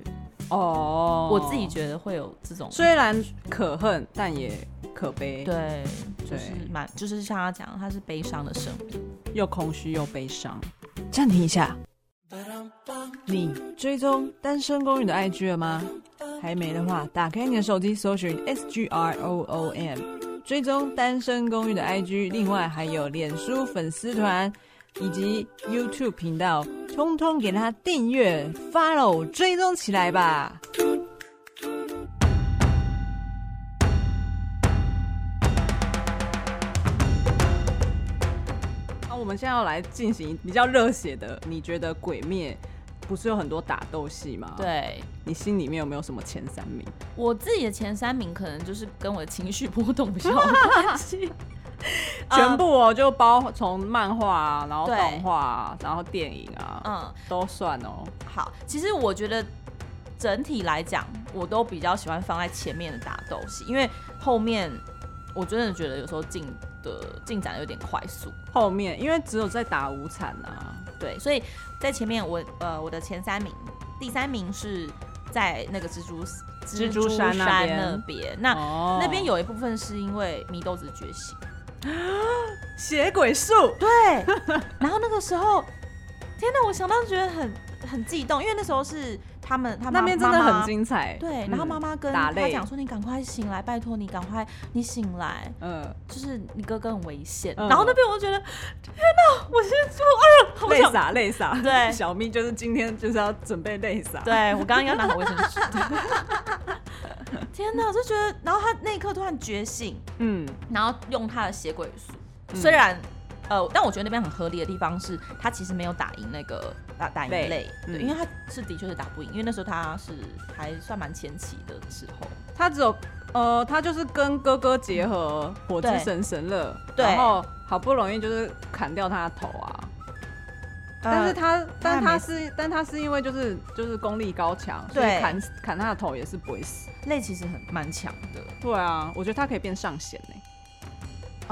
Speaker 1: 哦，
Speaker 2: 我自己觉得会有这种，
Speaker 1: 虽然可恨，但也可悲，，
Speaker 2: 对，就
Speaker 1: 对
Speaker 2: 是蛮，就是像他讲，他是悲伤的生命。
Speaker 1: 又空虚又悲伤。暂停一下，你追踪单身公寓的 IG 了吗？还没的话，打开你的手机，搜寻 S G R O O M，追踪单身公寓的 IG，另外还有脸书粉丝团以及 YouTube 频道，通通给它订阅、follow、追踪起来吧。那我们现在要来进行比较热血的，你觉得《鬼灭》不是有很多打斗戏吗？，
Speaker 2: 对
Speaker 1: 你心里面有没有什么前三 名？
Speaker 2: 我自己的前三名，可能就是跟我的情绪波动比较有 关系。
Speaker 1: 全部哦，就包从漫画、啊，然后
Speaker 2: 对
Speaker 1: 动画、啊，然后电影啊，
Speaker 2: 嗯，
Speaker 1: 都算哦。
Speaker 2: 好，其实我觉得整体来讲，我都比较喜欢放在前面的打斗戏，因为后面我真的觉得有时候进的进展有点快速，
Speaker 1: 后面因为只有在打无惨啊，
Speaker 2: 对，所以在前面我呃我的前三名，第三名是在那个蜘蛛
Speaker 1: 蜘蛛山那边
Speaker 2: 那边，那、
Speaker 1: 哦
Speaker 2: 那边有一部分是因为祢豆子觉醒，
Speaker 1: 血鬼术，
Speaker 2: 对，然后那个时候，天哪，我想到就觉得很很激动，因为那时候是他们他妈
Speaker 1: 那边真的
Speaker 2: 妈妈
Speaker 1: 很精彩。
Speaker 2: 对，
Speaker 1: 嗯
Speaker 2: 然后妈妈跟
Speaker 1: 打
Speaker 2: 他
Speaker 1: 擂
Speaker 2: 讲说：“你赶快醒来，拜托你赶快，你醒来，
Speaker 1: 嗯，
Speaker 2: 就是你哥哥很危险。
Speaker 1: 嗯
Speaker 2: 然后那边我就觉得，天哪，我现在就饿了，好
Speaker 1: 泪
Speaker 2: 想。
Speaker 1: 洒泪洒，
Speaker 2: 对
Speaker 1: 小咪就是今天就是要准备泪洒，，
Speaker 2: 对我刚刚要拿好卫生纸。 天哪，我就觉得，然后他那一刻突然觉醒，
Speaker 1: 嗯，
Speaker 2: 然后用他的血鬼术，虽然。呃，但我觉得那边很合理的地方是，他其实没有打赢那个打打赢
Speaker 1: 累
Speaker 2: 累，对，
Speaker 1: 嗯
Speaker 2: 因为他是的确是打不赢，因为那时候他是还算蛮前期的时候，
Speaker 1: 他只有呃，他就是跟哥哥结合火之
Speaker 2: 对
Speaker 1: 神神乐，
Speaker 2: 对
Speaker 1: 然后好不容易就是砍掉他的头啊，但是他，但
Speaker 2: 呃他还
Speaker 1: 他
Speaker 2: 没
Speaker 1: 是，但他是因为就是就是功力高强，所
Speaker 2: 对
Speaker 1: 以砍砍他的头也是不会死。
Speaker 2: 累其实很蛮强的，
Speaker 1: 对啊，我觉得他可以变上弦欸呢、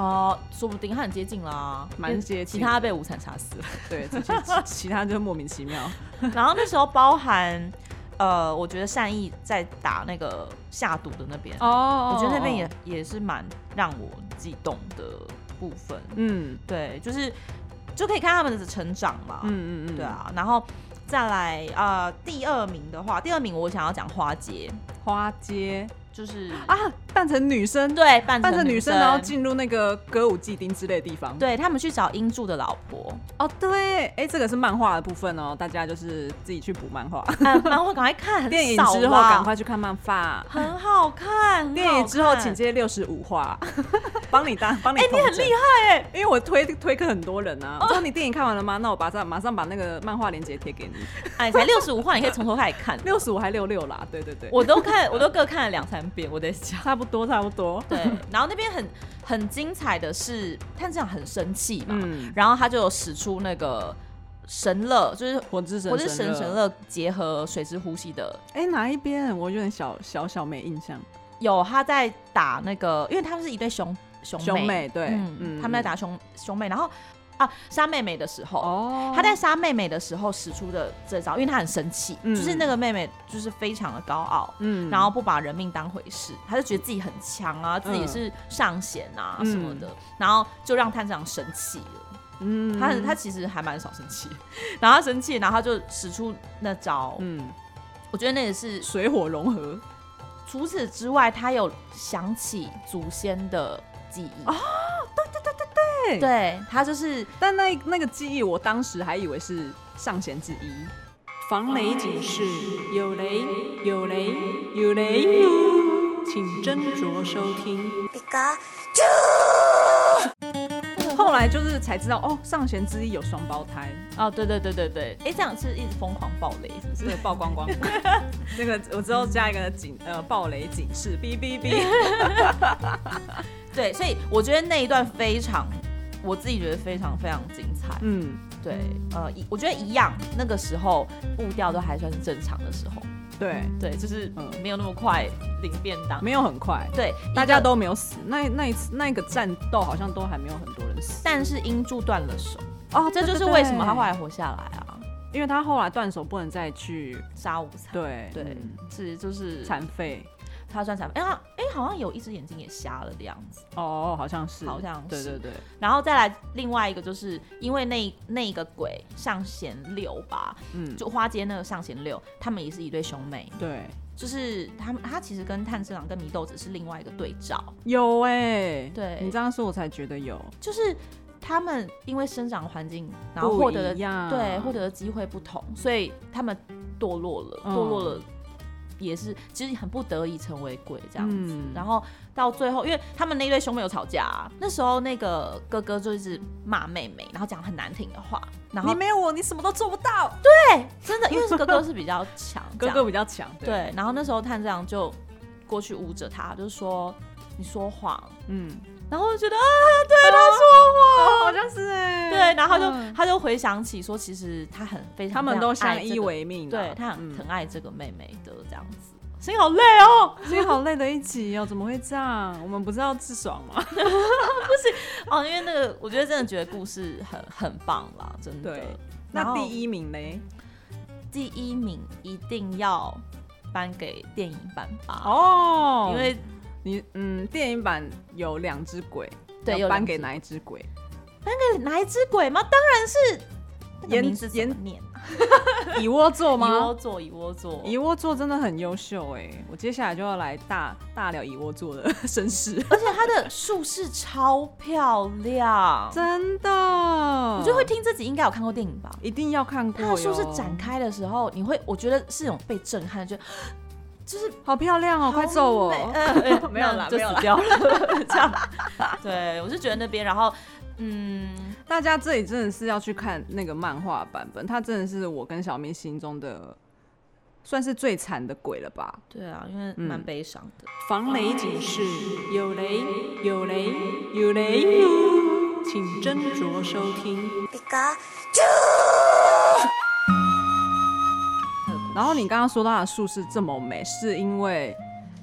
Speaker 2: 哦，说不定他很接近啦，
Speaker 1: 蛮接
Speaker 2: 其
Speaker 1: 近
Speaker 2: 他被无惨杀死了。
Speaker 1: 对，这些其 其他就是莫名其妙。
Speaker 2: 然后那时候包含，呃，我觉得善意在打那个下毒的那边，
Speaker 1: 哦
Speaker 2: 我觉得那边也，也是蛮让我激动的部分。
Speaker 1: 嗯
Speaker 2: 对，就是就可以看他们的成长嘛。
Speaker 1: 嗯嗯嗯，
Speaker 2: 对，啊，然后再来呃第二名的话，第二名我想要讲花街，
Speaker 1: 嗯花街
Speaker 2: 就是
Speaker 1: 啊，扮成女生，
Speaker 2: 对，扮
Speaker 1: 扮成
Speaker 2: 女
Speaker 1: 女生，然后进入那个歌舞伎町之类的地方。
Speaker 2: 对他们去找英柱的老 婆，
Speaker 1: 哦，对，哎，这个是漫画的部分哦，大家就是自己去补漫画。
Speaker 2: 啊，漫画赶快看，很
Speaker 1: 电影
Speaker 2: 少
Speaker 1: 之后
Speaker 2: 啦
Speaker 1: 赶快去看漫画，
Speaker 2: 很好 看，很好
Speaker 1: 电影之后
Speaker 2: 看
Speaker 1: 请接六十五话， 帮你 搭，帮你。
Speaker 2: 哎、你很厉，害哎、哦
Speaker 1: 因为我推推给很多人啊。我说你电影看完了吗？那我马上马上把那个漫画链接贴给你。
Speaker 2: 哎，才六十五话，你可以从头开始 看。
Speaker 1: 六十五还六六啦，对对对，
Speaker 2: 我都看，我都各看了两三遍，我在想。
Speaker 1: 差不多差不多。
Speaker 2: 对，然后那边很很精彩的是，探长很生气嘛，
Speaker 1: 嗯，
Speaker 2: 然后他就有使出那个神乐，就是
Speaker 1: 火之神，
Speaker 2: 我是神神。乐结合水之呼吸的，
Speaker 1: 哎，哪一边？我有点小小小没印象。
Speaker 2: 有他在打那个，因为他们是一对兄兄妹，
Speaker 1: 兄妹对，
Speaker 2: 嗯
Speaker 1: 嗯
Speaker 2: 他们在打兄兄妹，然后啊杀妹妹的时候，
Speaker 1: 哦，
Speaker 2: 他在杀妹妹的时候使出的这招，因为他很生气，
Speaker 1: 嗯
Speaker 2: 就是那个妹妹就是非常的高傲，
Speaker 1: 嗯
Speaker 2: 然后不把人命当回事，他就觉得自己很强啊，自己是上弦啊
Speaker 1: 嗯
Speaker 2: 什么的，然后就让探长生气了。
Speaker 1: 嗯
Speaker 2: 他他其实还蛮少生气，然后他生气，然后他就使出那招，
Speaker 1: 嗯
Speaker 2: 我觉得那也是。
Speaker 1: 水火融合，
Speaker 2: 除此之外，他有想起祖先的记忆啊，对对对对对，对他就是
Speaker 1: 但那那个记忆，我当时还以为是上弦之一。
Speaker 7: 防雷警示，有雷，有雷，有雷，请斟酌收听。
Speaker 1: 后来就是才知道，哦，上弦之一有双胞胎，
Speaker 2: 哦，对对对对对，哎，这样是一直疯狂暴雷，是不是？
Speaker 1: 对，爆光光。那个我之后加一个警呃暴雷警示，哔哔哔。
Speaker 2: 对，所以我觉得那一段非常，我自己觉得非常非常精彩。
Speaker 1: 嗯，
Speaker 2: 对，呃，一我觉得一样，那个时候步调都还算是正常的时候，
Speaker 1: 对，
Speaker 2: 对，就是
Speaker 1: 嗯
Speaker 2: 没有那么快领便当，
Speaker 1: 没有很快，
Speaker 2: 对，
Speaker 1: 大家
Speaker 2: 一个。
Speaker 1: 都没有死。那那一次那个战斗好像都还没有很多人死。
Speaker 2: 但是英柱断了手，
Speaker 1: 哦
Speaker 2: 这就是为什么他后来，活下来啊，
Speaker 1: 对因为他后来断手不能再去，
Speaker 2: 杀无惨。
Speaker 1: 对
Speaker 2: 对
Speaker 1: 嗯，
Speaker 2: 是就是
Speaker 1: 残废。
Speaker 2: 他算惨，哎、他哎、好像有一只眼睛也瞎了的样子。
Speaker 1: 哦，好像是，
Speaker 2: 好像
Speaker 1: 对
Speaker 2: 是
Speaker 1: 对对，
Speaker 2: 然后再来另外一个，就是因为那那个鬼上弦六吧，
Speaker 1: 嗯，
Speaker 2: 就花街那个上弦六，他们也是一对兄妹，
Speaker 1: 对，
Speaker 2: 就是他们，他其实跟炭治郎跟祢豆子是另外一个对照，
Speaker 1: 有哎、
Speaker 2: 对
Speaker 1: 你这样说我才觉得有，
Speaker 2: 就是他们因为生长环境，然后获得
Speaker 1: 不一
Speaker 2: 的
Speaker 1: 样
Speaker 2: 对获得的机会不同，所以他们堕落了，
Speaker 1: 嗯
Speaker 2: 堕落了也是其实很不得已成为鬼这样子。
Speaker 1: 嗯
Speaker 2: 然后到最后，因为他们那一对兄妹有吵架、啊，那时候那个哥哥就一直骂妹妹，然后讲很难听的话，然后
Speaker 1: 你没有我，你什么都做不到。
Speaker 2: 对真的，因为是哥哥是比较强，这
Speaker 1: 哥
Speaker 2: 样
Speaker 1: 哥比较强，对，
Speaker 2: 对，然后那时候炭治郎就过去捂着他，就说你说谎，
Speaker 1: 嗯，
Speaker 2: 然后我就觉得啊，对他说谎，
Speaker 1: 好像是哎、
Speaker 2: 哦对，然后他就、
Speaker 1: 嗯
Speaker 2: 他就回想起说，其实他很非常
Speaker 1: 他们都相
Speaker 2: 非
Speaker 1: 依
Speaker 2: 常爱这个
Speaker 1: 为命啊、
Speaker 2: 对他
Speaker 1: 嗯
Speaker 2: 很很爱这个妹妹的这样子，心好累哦，
Speaker 1: 今天好累的一集哦，怎么会这样？我们不是要自爽吗？
Speaker 2: 哦，因为那个我觉得真的觉得故事很很棒啦，真的
Speaker 1: 对。 那
Speaker 2: 然后
Speaker 1: 第一名嘞？
Speaker 2: 第一名一定要颁给电影版吧，
Speaker 1: 哦，
Speaker 2: 因为
Speaker 1: 你嗯，电影版有两只鬼，
Speaker 2: 对
Speaker 1: 要
Speaker 2: 有
Speaker 1: 颁
Speaker 2: 两
Speaker 1: 给
Speaker 2: 只
Speaker 1: 哪一只鬼？
Speaker 2: 哪一只鬼吗？当然是那个
Speaker 1: 岩
Speaker 2: 名字怎么
Speaker 1: 岩
Speaker 2: 念啊？
Speaker 1: 蚁窝座
Speaker 2: 蚁窝
Speaker 1: 吗？
Speaker 2: 座，蚁窝座，
Speaker 1: 蚁窝座真的很优秀哎、我接下来就要来大大聊蚁窝座的 身 世，
Speaker 2: 而且它的术士超漂亮，
Speaker 1: 真的，
Speaker 2: 我
Speaker 1: 我
Speaker 2: 就会听自己应该有看过电影吧。
Speaker 1: 一定要看
Speaker 2: 它
Speaker 1: 过
Speaker 2: 的
Speaker 1: 哟。
Speaker 2: 术士展开的时候，你会我觉得是一种被震 撼，就就是
Speaker 1: 好漂亮哦，快揍我！
Speaker 2: 好美呃呃
Speaker 1: 没有啦
Speaker 2: 那就
Speaker 1: 没有啦
Speaker 2: 死掉了，这样。对，我就觉得那边，然后嗯，
Speaker 1: 大家这里真的是要去看那个漫画版本，它真的是我跟小咪心中的算是最惨的鬼了吧？
Speaker 2: 对啊，因为
Speaker 1: 嗯
Speaker 2: 蛮悲伤的。
Speaker 7: 防雷警示，有雷，有雷，有雷，请斟酌收听。
Speaker 1: 然后你刚刚说到的术士这么美，是因为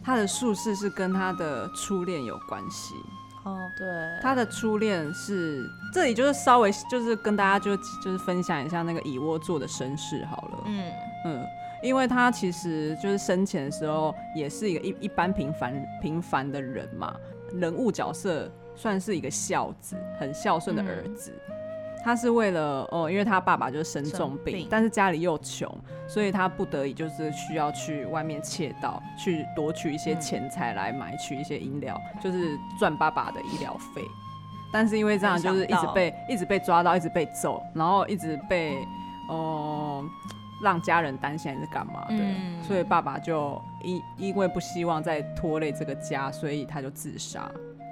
Speaker 1: 他的术士是跟他的初恋有关系。
Speaker 2: 哦，对，
Speaker 1: 他的初恋是这里，就是稍微就是跟大家就就是分享一下那个蚁窝座的身世好了。
Speaker 2: 嗯
Speaker 1: 嗯，因为他其实就是生前的时候也是一个一一般平凡平凡的
Speaker 2: 嗯
Speaker 1: 人嘛，人物角色算是一个孝子，很孝顺的儿子。他是为了呃，因为他爸爸就是生重
Speaker 2: 生
Speaker 1: 病，
Speaker 2: 病
Speaker 1: 但是家里又穷，所以他不得已就是需要去外面窃盗，去夺取一些
Speaker 2: 嗯
Speaker 1: 钱财来买取一些医疗，就是赚爸爸的医疗费。但是因为这样，
Speaker 2: 没想
Speaker 1: 就是一直
Speaker 2: 到
Speaker 1: 被一直被抓到，一直被揍，然后一直被呃让家人担心还是干嘛的，
Speaker 2: 嗯
Speaker 1: 所以爸爸就因因为不希望再拖累这个家，所以他就自杀。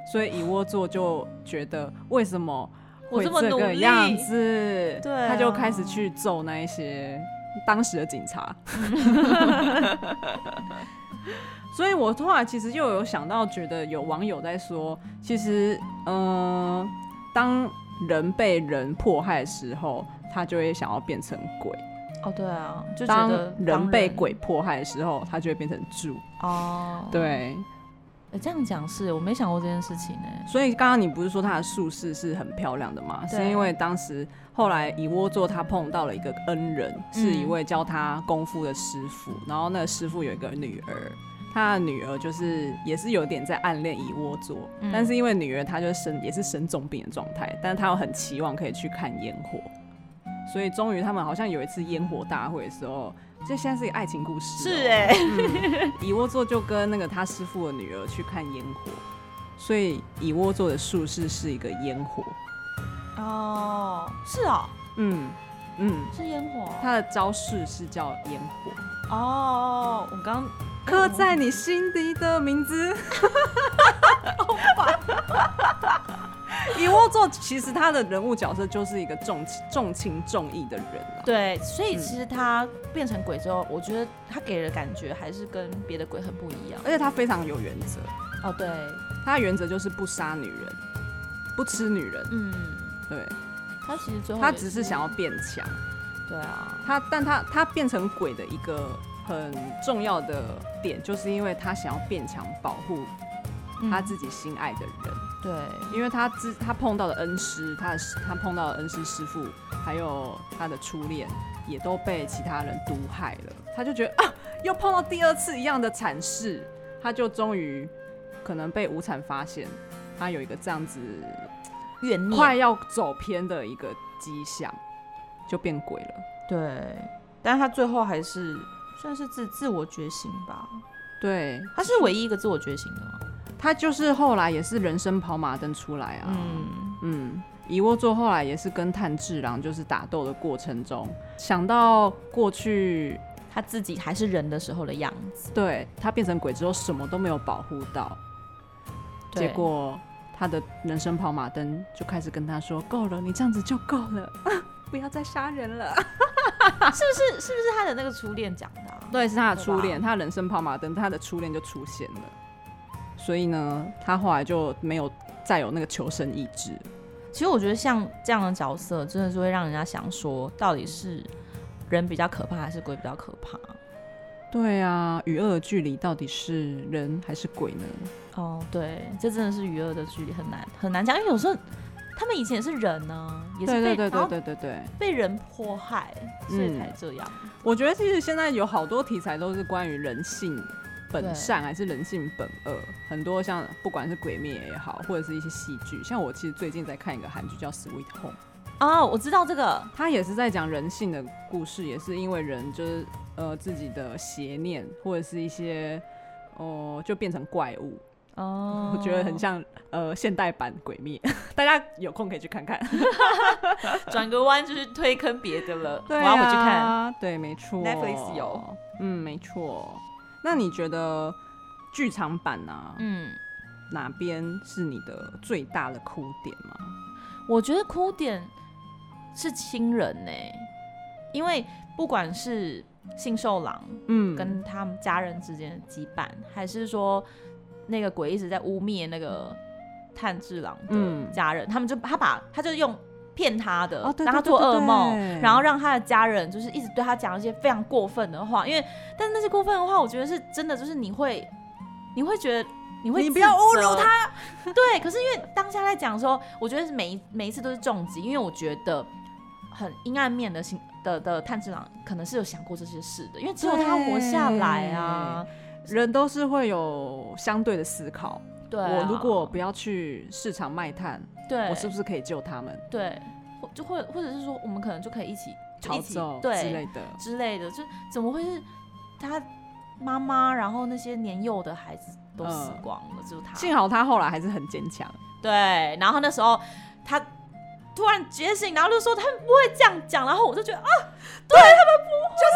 Speaker 1: 所以蚁窝座就觉得为什么
Speaker 2: 我
Speaker 1: 会
Speaker 2: 这么
Speaker 1: 这
Speaker 2: 努
Speaker 1: 个
Speaker 2: 力
Speaker 1: 样子，
Speaker 2: 对啊
Speaker 1: 他就开始去揍那一些当时的警 察。所以我后来其实又有想到，觉得有网友在说，其实，嗯、当人被人迫害的时候，他就会想要变成鬼；
Speaker 2: 哦，对啊，就觉
Speaker 1: 当
Speaker 2: 得
Speaker 1: 人被鬼迫害的时候，他就会变成猪。
Speaker 2: 哦，
Speaker 1: 对，
Speaker 2: 诶，这样讲是我没想过这件事情呢、
Speaker 1: 所以刚刚你不是说她的术士是很漂亮的吗？
Speaker 2: 对
Speaker 1: 是因为当时后来蚁窝座他碰到了一个恩人，是
Speaker 2: 嗯
Speaker 1: 一位教他功夫的师傅，然后那个师傅有一个女儿。他的女儿就是也是有点在暗恋蚁窝座，
Speaker 2: 嗯
Speaker 1: 但是因为女儿她就生也是生重病的状态，但是她又很期望可以去看烟火，所以终于他们好像有一次烟火大会的时候，这现在是一个爱情故事哦、
Speaker 2: 是哎、
Speaker 1: 蚁窝座就跟那个他师傅的女儿去看烟火，所以蚁窝座的术士是一个烟火。
Speaker 2: 哦，是哦，
Speaker 1: 嗯嗯，
Speaker 2: 是烟火哦
Speaker 1: 他的招式是叫烟火，
Speaker 2: 哦哦，我刚
Speaker 1: 刻在你心底的名字。 蚁窝座其实他的人物角色就是一个重重情重义的人啊。
Speaker 2: 对，所以其实他变成鬼之后，我觉得他给人感觉还是跟别的鬼很不一样。
Speaker 1: 而且他非常有原则，
Speaker 2: 哦，对，
Speaker 1: 他的原则就是不杀女人，不吃女人。
Speaker 2: 嗯，
Speaker 1: 对
Speaker 2: 他其实最后
Speaker 1: 他
Speaker 2: 也
Speaker 1: 只是想要变强。
Speaker 2: 对啊，
Speaker 1: 他，但他他变成鬼的一个很重要的点，就是因为他想要变强，保护
Speaker 2: 嗯
Speaker 1: 他自己心爱的人。
Speaker 2: 对，
Speaker 1: 因为他之他碰到的恩师，他的师他碰到的恩师师傅，还有他的初恋，也都被其他人毒害了。他就觉得啊，又碰到第二次一样的惨事，他就终于可能被无惨发现，他有一个这样子
Speaker 2: 怨
Speaker 1: 快
Speaker 2: 念，
Speaker 1: 要走偏的一个迹象，就变鬼了。
Speaker 2: 对，但他最后还是算是自自我觉醒吧。
Speaker 1: 对，
Speaker 2: 他是唯一一个自我觉醒的吗？
Speaker 1: 他就是后来也是人生跑马灯出来啊，
Speaker 2: 嗯，
Speaker 1: 嗯，蚁窝座后来也是跟炭治郎就是打斗的过程中，想到过去
Speaker 2: 他自己还是人的时候的样子，
Speaker 1: 对他变成鬼之后什么都没有保护到，
Speaker 2: 对
Speaker 1: 结果他的人生跑马灯就开始跟他说：“够了，你这样子就够了， 不要再杀人了。
Speaker 2: 是不是是不是他的那个初恋讲的、啊”？
Speaker 1: 对，是他的初
Speaker 2: 对
Speaker 1: 恋，他的人生跑马灯，他的初恋就出现了，所以呢，他后来就没有再有那个求生意志了。
Speaker 2: 其实我觉得像这样的角色，真的是会让人家想说，到底是人比较可怕，还是鬼比较可怕？
Speaker 1: 对啊，与恶的距离到底是人还是鬼呢？
Speaker 2: 哦，对，这真的是娱乐的距离很难很难讲，因为有时候他们以前也是人呢、也是
Speaker 1: 对
Speaker 2: 被哦
Speaker 1: 对对
Speaker 2: 然
Speaker 1: 对
Speaker 2: 后
Speaker 1: 对对对，
Speaker 2: 被人迫害，所以
Speaker 1: 嗯
Speaker 2: 才这样。
Speaker 1: 我觉得其实现在有好多题材都是关于人性
Speaker 2: 对
Speaker 1: 本善还是人性本恶，很多像不管是鬼灭也好，或者是一些戏剧，像我其实最近在看一个韩剧叫《Sweet Home》，
Speaker 2: 哦，我知道这个，
Speaker 1: 它也是在讲人性的故事，也是因为人就是呃自己的邪念或者是一些哦、就变成怪物，
Speaker 2: 哦，
Speaker 1: 我觉得很像呃现代版鬼灭， 大家有空可以去看看。
Speaker 2: 转个弯就是推坑别的了，
Speaker 1: 对、啊
Speaker 2: 我要回去看。。
Speaker 1: 对，没错
Speaker 2: 啊 Netflix 有。
Speaker 1: 嗯，没错。那你觉得剧场版啊，
Speaker 2: 嗯，
Speaker 1: 哪边是你的最大的哭点吗？
Speaker 2: 我觉得哭点是亲人呢、因为不管是信受狼
Speaker 1: 嗯，
Speaker 2: 跟他们家人之间的羁绊，还是说那个鬼一直在污蔑那个炭治郎的
Speaker 1: 嗯
Speaker 2: 家人，他们就他把他就用骗他的，
Speaker 1: 哦对
Speaker 2: 呃让他
Speaker 1: 对
Speaker 2: 做
Speaker 1: 对对
Speaker 2: 噩梦，
Speaker 1: 对
Speaker 2: 然后让他的家人就是一直对他讲一些非常过分的话，因为但是那些过分的话，我觉得是真的，就是你会你会觉得。你会
Speaker 1: 你不
Speaker 2: 自
Speaker 1: 要侮
Speaker 2: 责
Speaker 1: 辱他，
Speaker 2: 对。可是因为当下在讲的时候，我觉得是每一每一次都是重击，因为我觉得很阴暗面的心的的炭治郎可能是有想过这些事的，因为只有他
Speaker 1: 对
Speaker 2: 活下来啊。
Speaker 1: 人都是会有相对的思考。
Speaker 2: 对啊
Speaker 1: 我如果不要去市场卖炭，
Speaker 2: 对，
Speaker 1: 我是不是可以救他们？
Speaker 2: 对，或就或或者是说，我们可能就可以一起
Speaker 1: 逃
Speaker 2: 一起
Speaker 1: 走之
Speaker 2: 对
Speaker 1: 类的，
Speaker 2: 之类的，就怎么会是他妈妈，然后那些年幼的孩子都死
Speaker 1: 嗯
Speaker 2: 光了，只有他。
Speaker 1: 幸好他后来还是很坚强。
Speaker 2: 对，然后那时候他突然觉醒，然后就说他们不会这样讲，然后我就觉得啊，对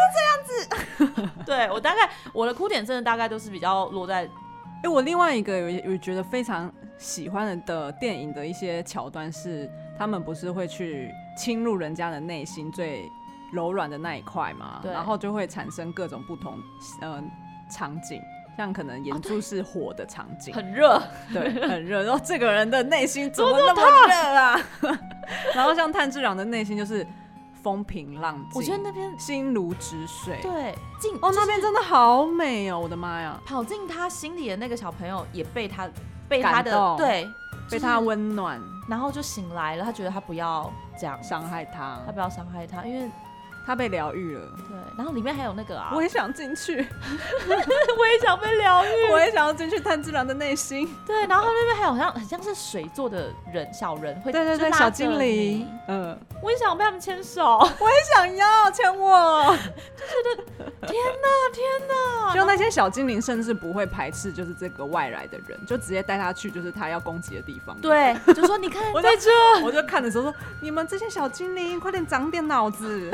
Speaker 2: 他们不会就是这样子。 对我大概我的哭点真的大概都是比较落在
Speaker 1: 哎、我另外一个有有觉得非常喜欢的电影的一些桥段是，他们不是会去侵入人家的内心最柔软的那一块嘛，
Speaker 2: 对
Speaker 1: 然后就会产生各种不同呃场景，像可能
Speaker 2: 哦
Speaker 1: 眼
Speaker 2: 对
Speaker 1: 珠是火的场景，
Speaker 2: 很热，
Speaker 1: 对，很热。然后这个人的内心怎么那么热啊？ 然后像炭治郎的内心就是风平浪静，
Speaker 2: 我觉得那边
Speaker 1: 心如止水。
Speaker 2: 对进
Speaker 1: 哦，
Speaker 2: 就是
Speaker 1: 那边真的好美哦！我的妈呀，
Speaker 2: 跑进他心里的那个小朋友也被他被他
Speaker 1: 感
Speaker 2: 的
Speaker 1: 动
Speaker 2: 对，
Speaker 1: 被
Speaker 2: 就是
Speaker 1: 他温暖
Speaker 2: 然后就醒来了，他觉得他不要这样
Speaker 1: 伤，害他
Speaker 2: 他，不要伤害他，因为
Speaker 1: 他被疗愈了。
Speaker 2: 对，然后里面还有那个啊，
Speaker 1: 我也想进去，
Speaker 2: 我也想被疗愈，
Speaker 1: 我也想要进去炭治郎的内 心。
Speaker 2: 对，然后那边还有好像很像是水做的人小人会，
Speaker 1: 对对
Speaker 2: 就
Speaker 1: 对，
Speaker 2: 拉
Speaker 1: 小
Speaker 2: 着
Speaker 1: 精
Speaker 2: 你
Speaker 1: 灵，嗯，
Speaker 2: 我也想被他们牵 手，
Speaker 1: 想要牵 我。
Speaker 2: 天哪天哪，
Speaker 1: 就那些小精灵甚至不会排斥，就是这个外来的人，就直接带他去就是他要攻击的地方。
Speaker 2: 对，就说你 看
Speaker 1: 我
Speaker 2: 在
Speaker 1: 就
Speaker 2: 这，
Speaker 1: 我就看的时候说：“你们这些小精灵，快点长点脑子！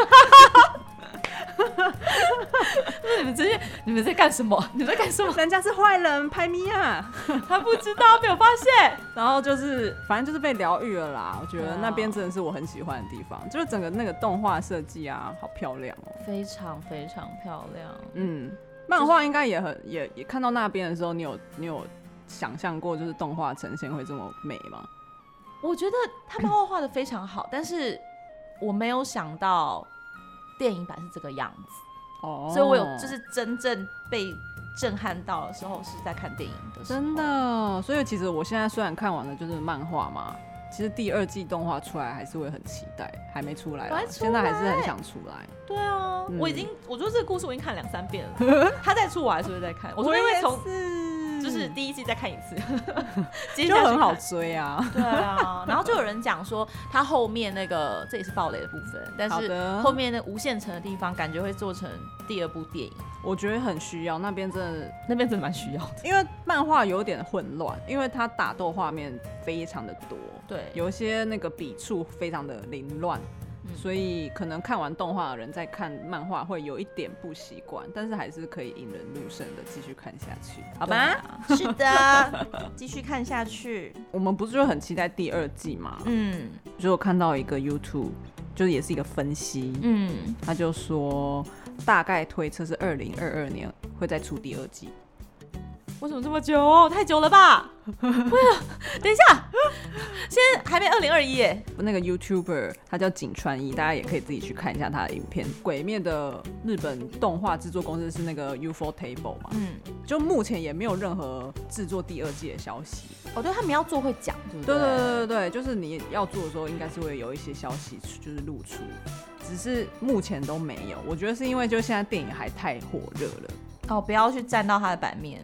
Speaker 2: 你们这些你们在干什 么？ 你们在干什么？
Speaker 1: 人家是坏人，拍米亚。
Speaker 2: 他不知道，没有发现，”
Speaker 1: 然后就是，反正就是被疗愈了啦。我觉
Speaker 2: 对
Speaker 1: 得
Speaker 2: 啊
Speaker 1: 那边真的是我很喜欢的地方，就是整个那个动画设计啊，好漂亮哦。
Speaker 2: 非常非常漂亮。
Speaker 1: 嗯，漫画应该也很也也看到那边的时候，你有你有想象过就是动画呈现会这么美吗？
Speaker 2: 我觉得他漫画画的非常好，但是我没有想到电影版是这个样子，
Speaker 1: 哦
Speaker 2: 所以我有就是真正被震撼到的时候是在看电影的时候。
Speaker 1: 真的，哦所以其实我现在虽然看完了就是漫画嘛，其实第二季动画出来还是会很期待，还没出来啦
Speaker 2: 还出来
Speaker 1: 现在还是很想出来。
Speaker 2: 对啊，
Speaker 1: 嗯
Speaker 2: 我已经我觉得这个故事我已经看两三遍 了，他再出我还是会再看，
Speaker 1: 我
Speaker 2: 我说因为从
Speaker 1: 是
Speaker 2: 就是第一季再看 一次，
Speaker 1: 就
Speaker 2: 接下来去
Speaker 1: 很好
Speaker 2: 看。
Speaker 1: 追啊。
Speaker 2: 对啊，然后就有人讲说，他后面那个这也是暴雷的部分，但
Speaker 1: 好
Speaker 2: 是
Speaker 1: 的
Speaker 2: 后面那无限城的地方，感觉会做成第二部电影，
Speaker 1: 我觉得很需要那边真的，
Speaker 2: 那边真的蛮需要的。
Speaker 1: 因为漫画有点混乱，因为它打斗画面非常的多，
Speaker 2: 对，
Speaker 1: 有一些那个笔触非常的凌乱。
Speaker 2: 嗯
Speaker 1: 所以可能看完动画的人再看漫画会有一点不习惯，但是还是可以引人入胜的继续看下去，好
Speaker 2: 好
Speaker 1: 吧？
Speaker 2: 吧，啊是的， 继续看下去。
Speaker 1: 我们不是就很期待第二季嘛？
Speaker 2: 嗯
Speaker 1: 就我看到一个 YouTube，就是也是一个分析，
Speaker 2: 嗯，
Speaker 1: 他就说大概推测是二零二二年会再出第二季。
Speaker 2: 为什么这么久？太久了 吧？哎呀，等一下，现在还没二零二一耶。
Speaker 1: 那个 YouTuber 他叫井川一，大家也可以自己去看一下他的影片。《鬼灭》的日本动画制作公司是那个 UFO Table 嘛，
Speaker 2: 嗯，
Speaker 1: 就目前也没有任何制作第二季的消息。
Speaker 2: 哦，对他们要做会讲，对不
Speaker 1: 对
Speaker 2: 对？
Speaker 1: 对对对对，就是你要做的时候，应该是会有一些消息就是露出，只是目前都没有。我觉得是因为就现在电影还太火热了，
Speaker 2: 哦，不要去占到他的版面，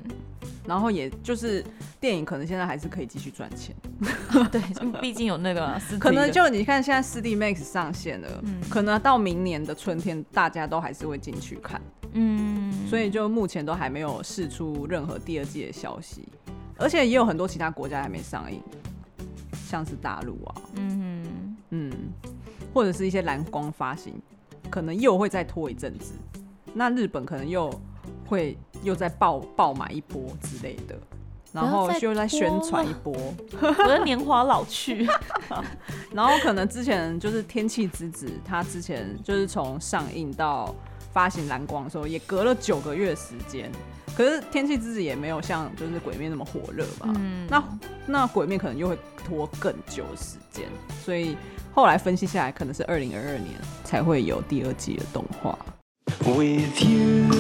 Speaker 1: 然后也就是电影可能现在还是可以继续赚钱，
Speaker 2: 对，毕竟有那 个私自
Speaker 1: 可能
Speaker 2: 的
Speaker 1: 就你看现在 4D Max 上线了，
Speaker 2: 嗯
Speaker 1: 可能到明年的春天大家都还是会进去看，
Speaker 2: 嗯，
Speaker 1: 所以就目前都还没有释出任何第二季的消息，而且也有很多其他国家还没上映，像是大陆啊，
Speaker 2: 嗯
Speaker 1: 嗯，或者是一些蓝光发行，可能又会再拖一阵子。那日本可能又会又再爆爆买一波之类的，然后
Speaker 2: 不要再
Speaker 1: 又再宣传一波，
Speaker 2: 哼，我的年华老 去，
Speaker 1: 然后可能之前就是《天气之子》，它之前就是从上映到发行蓝光的时候，也隔了九个月的时间。可是《天气之子》也没有像就是《鬼灭》那么火热吧？
Speaker 2: 嗯，
Speaker 1: 那那鬼面可能又会拖更久的时间，所以后来分析下来，可能是二零二二年才会有第二季的动画。
Speaker 8: With you,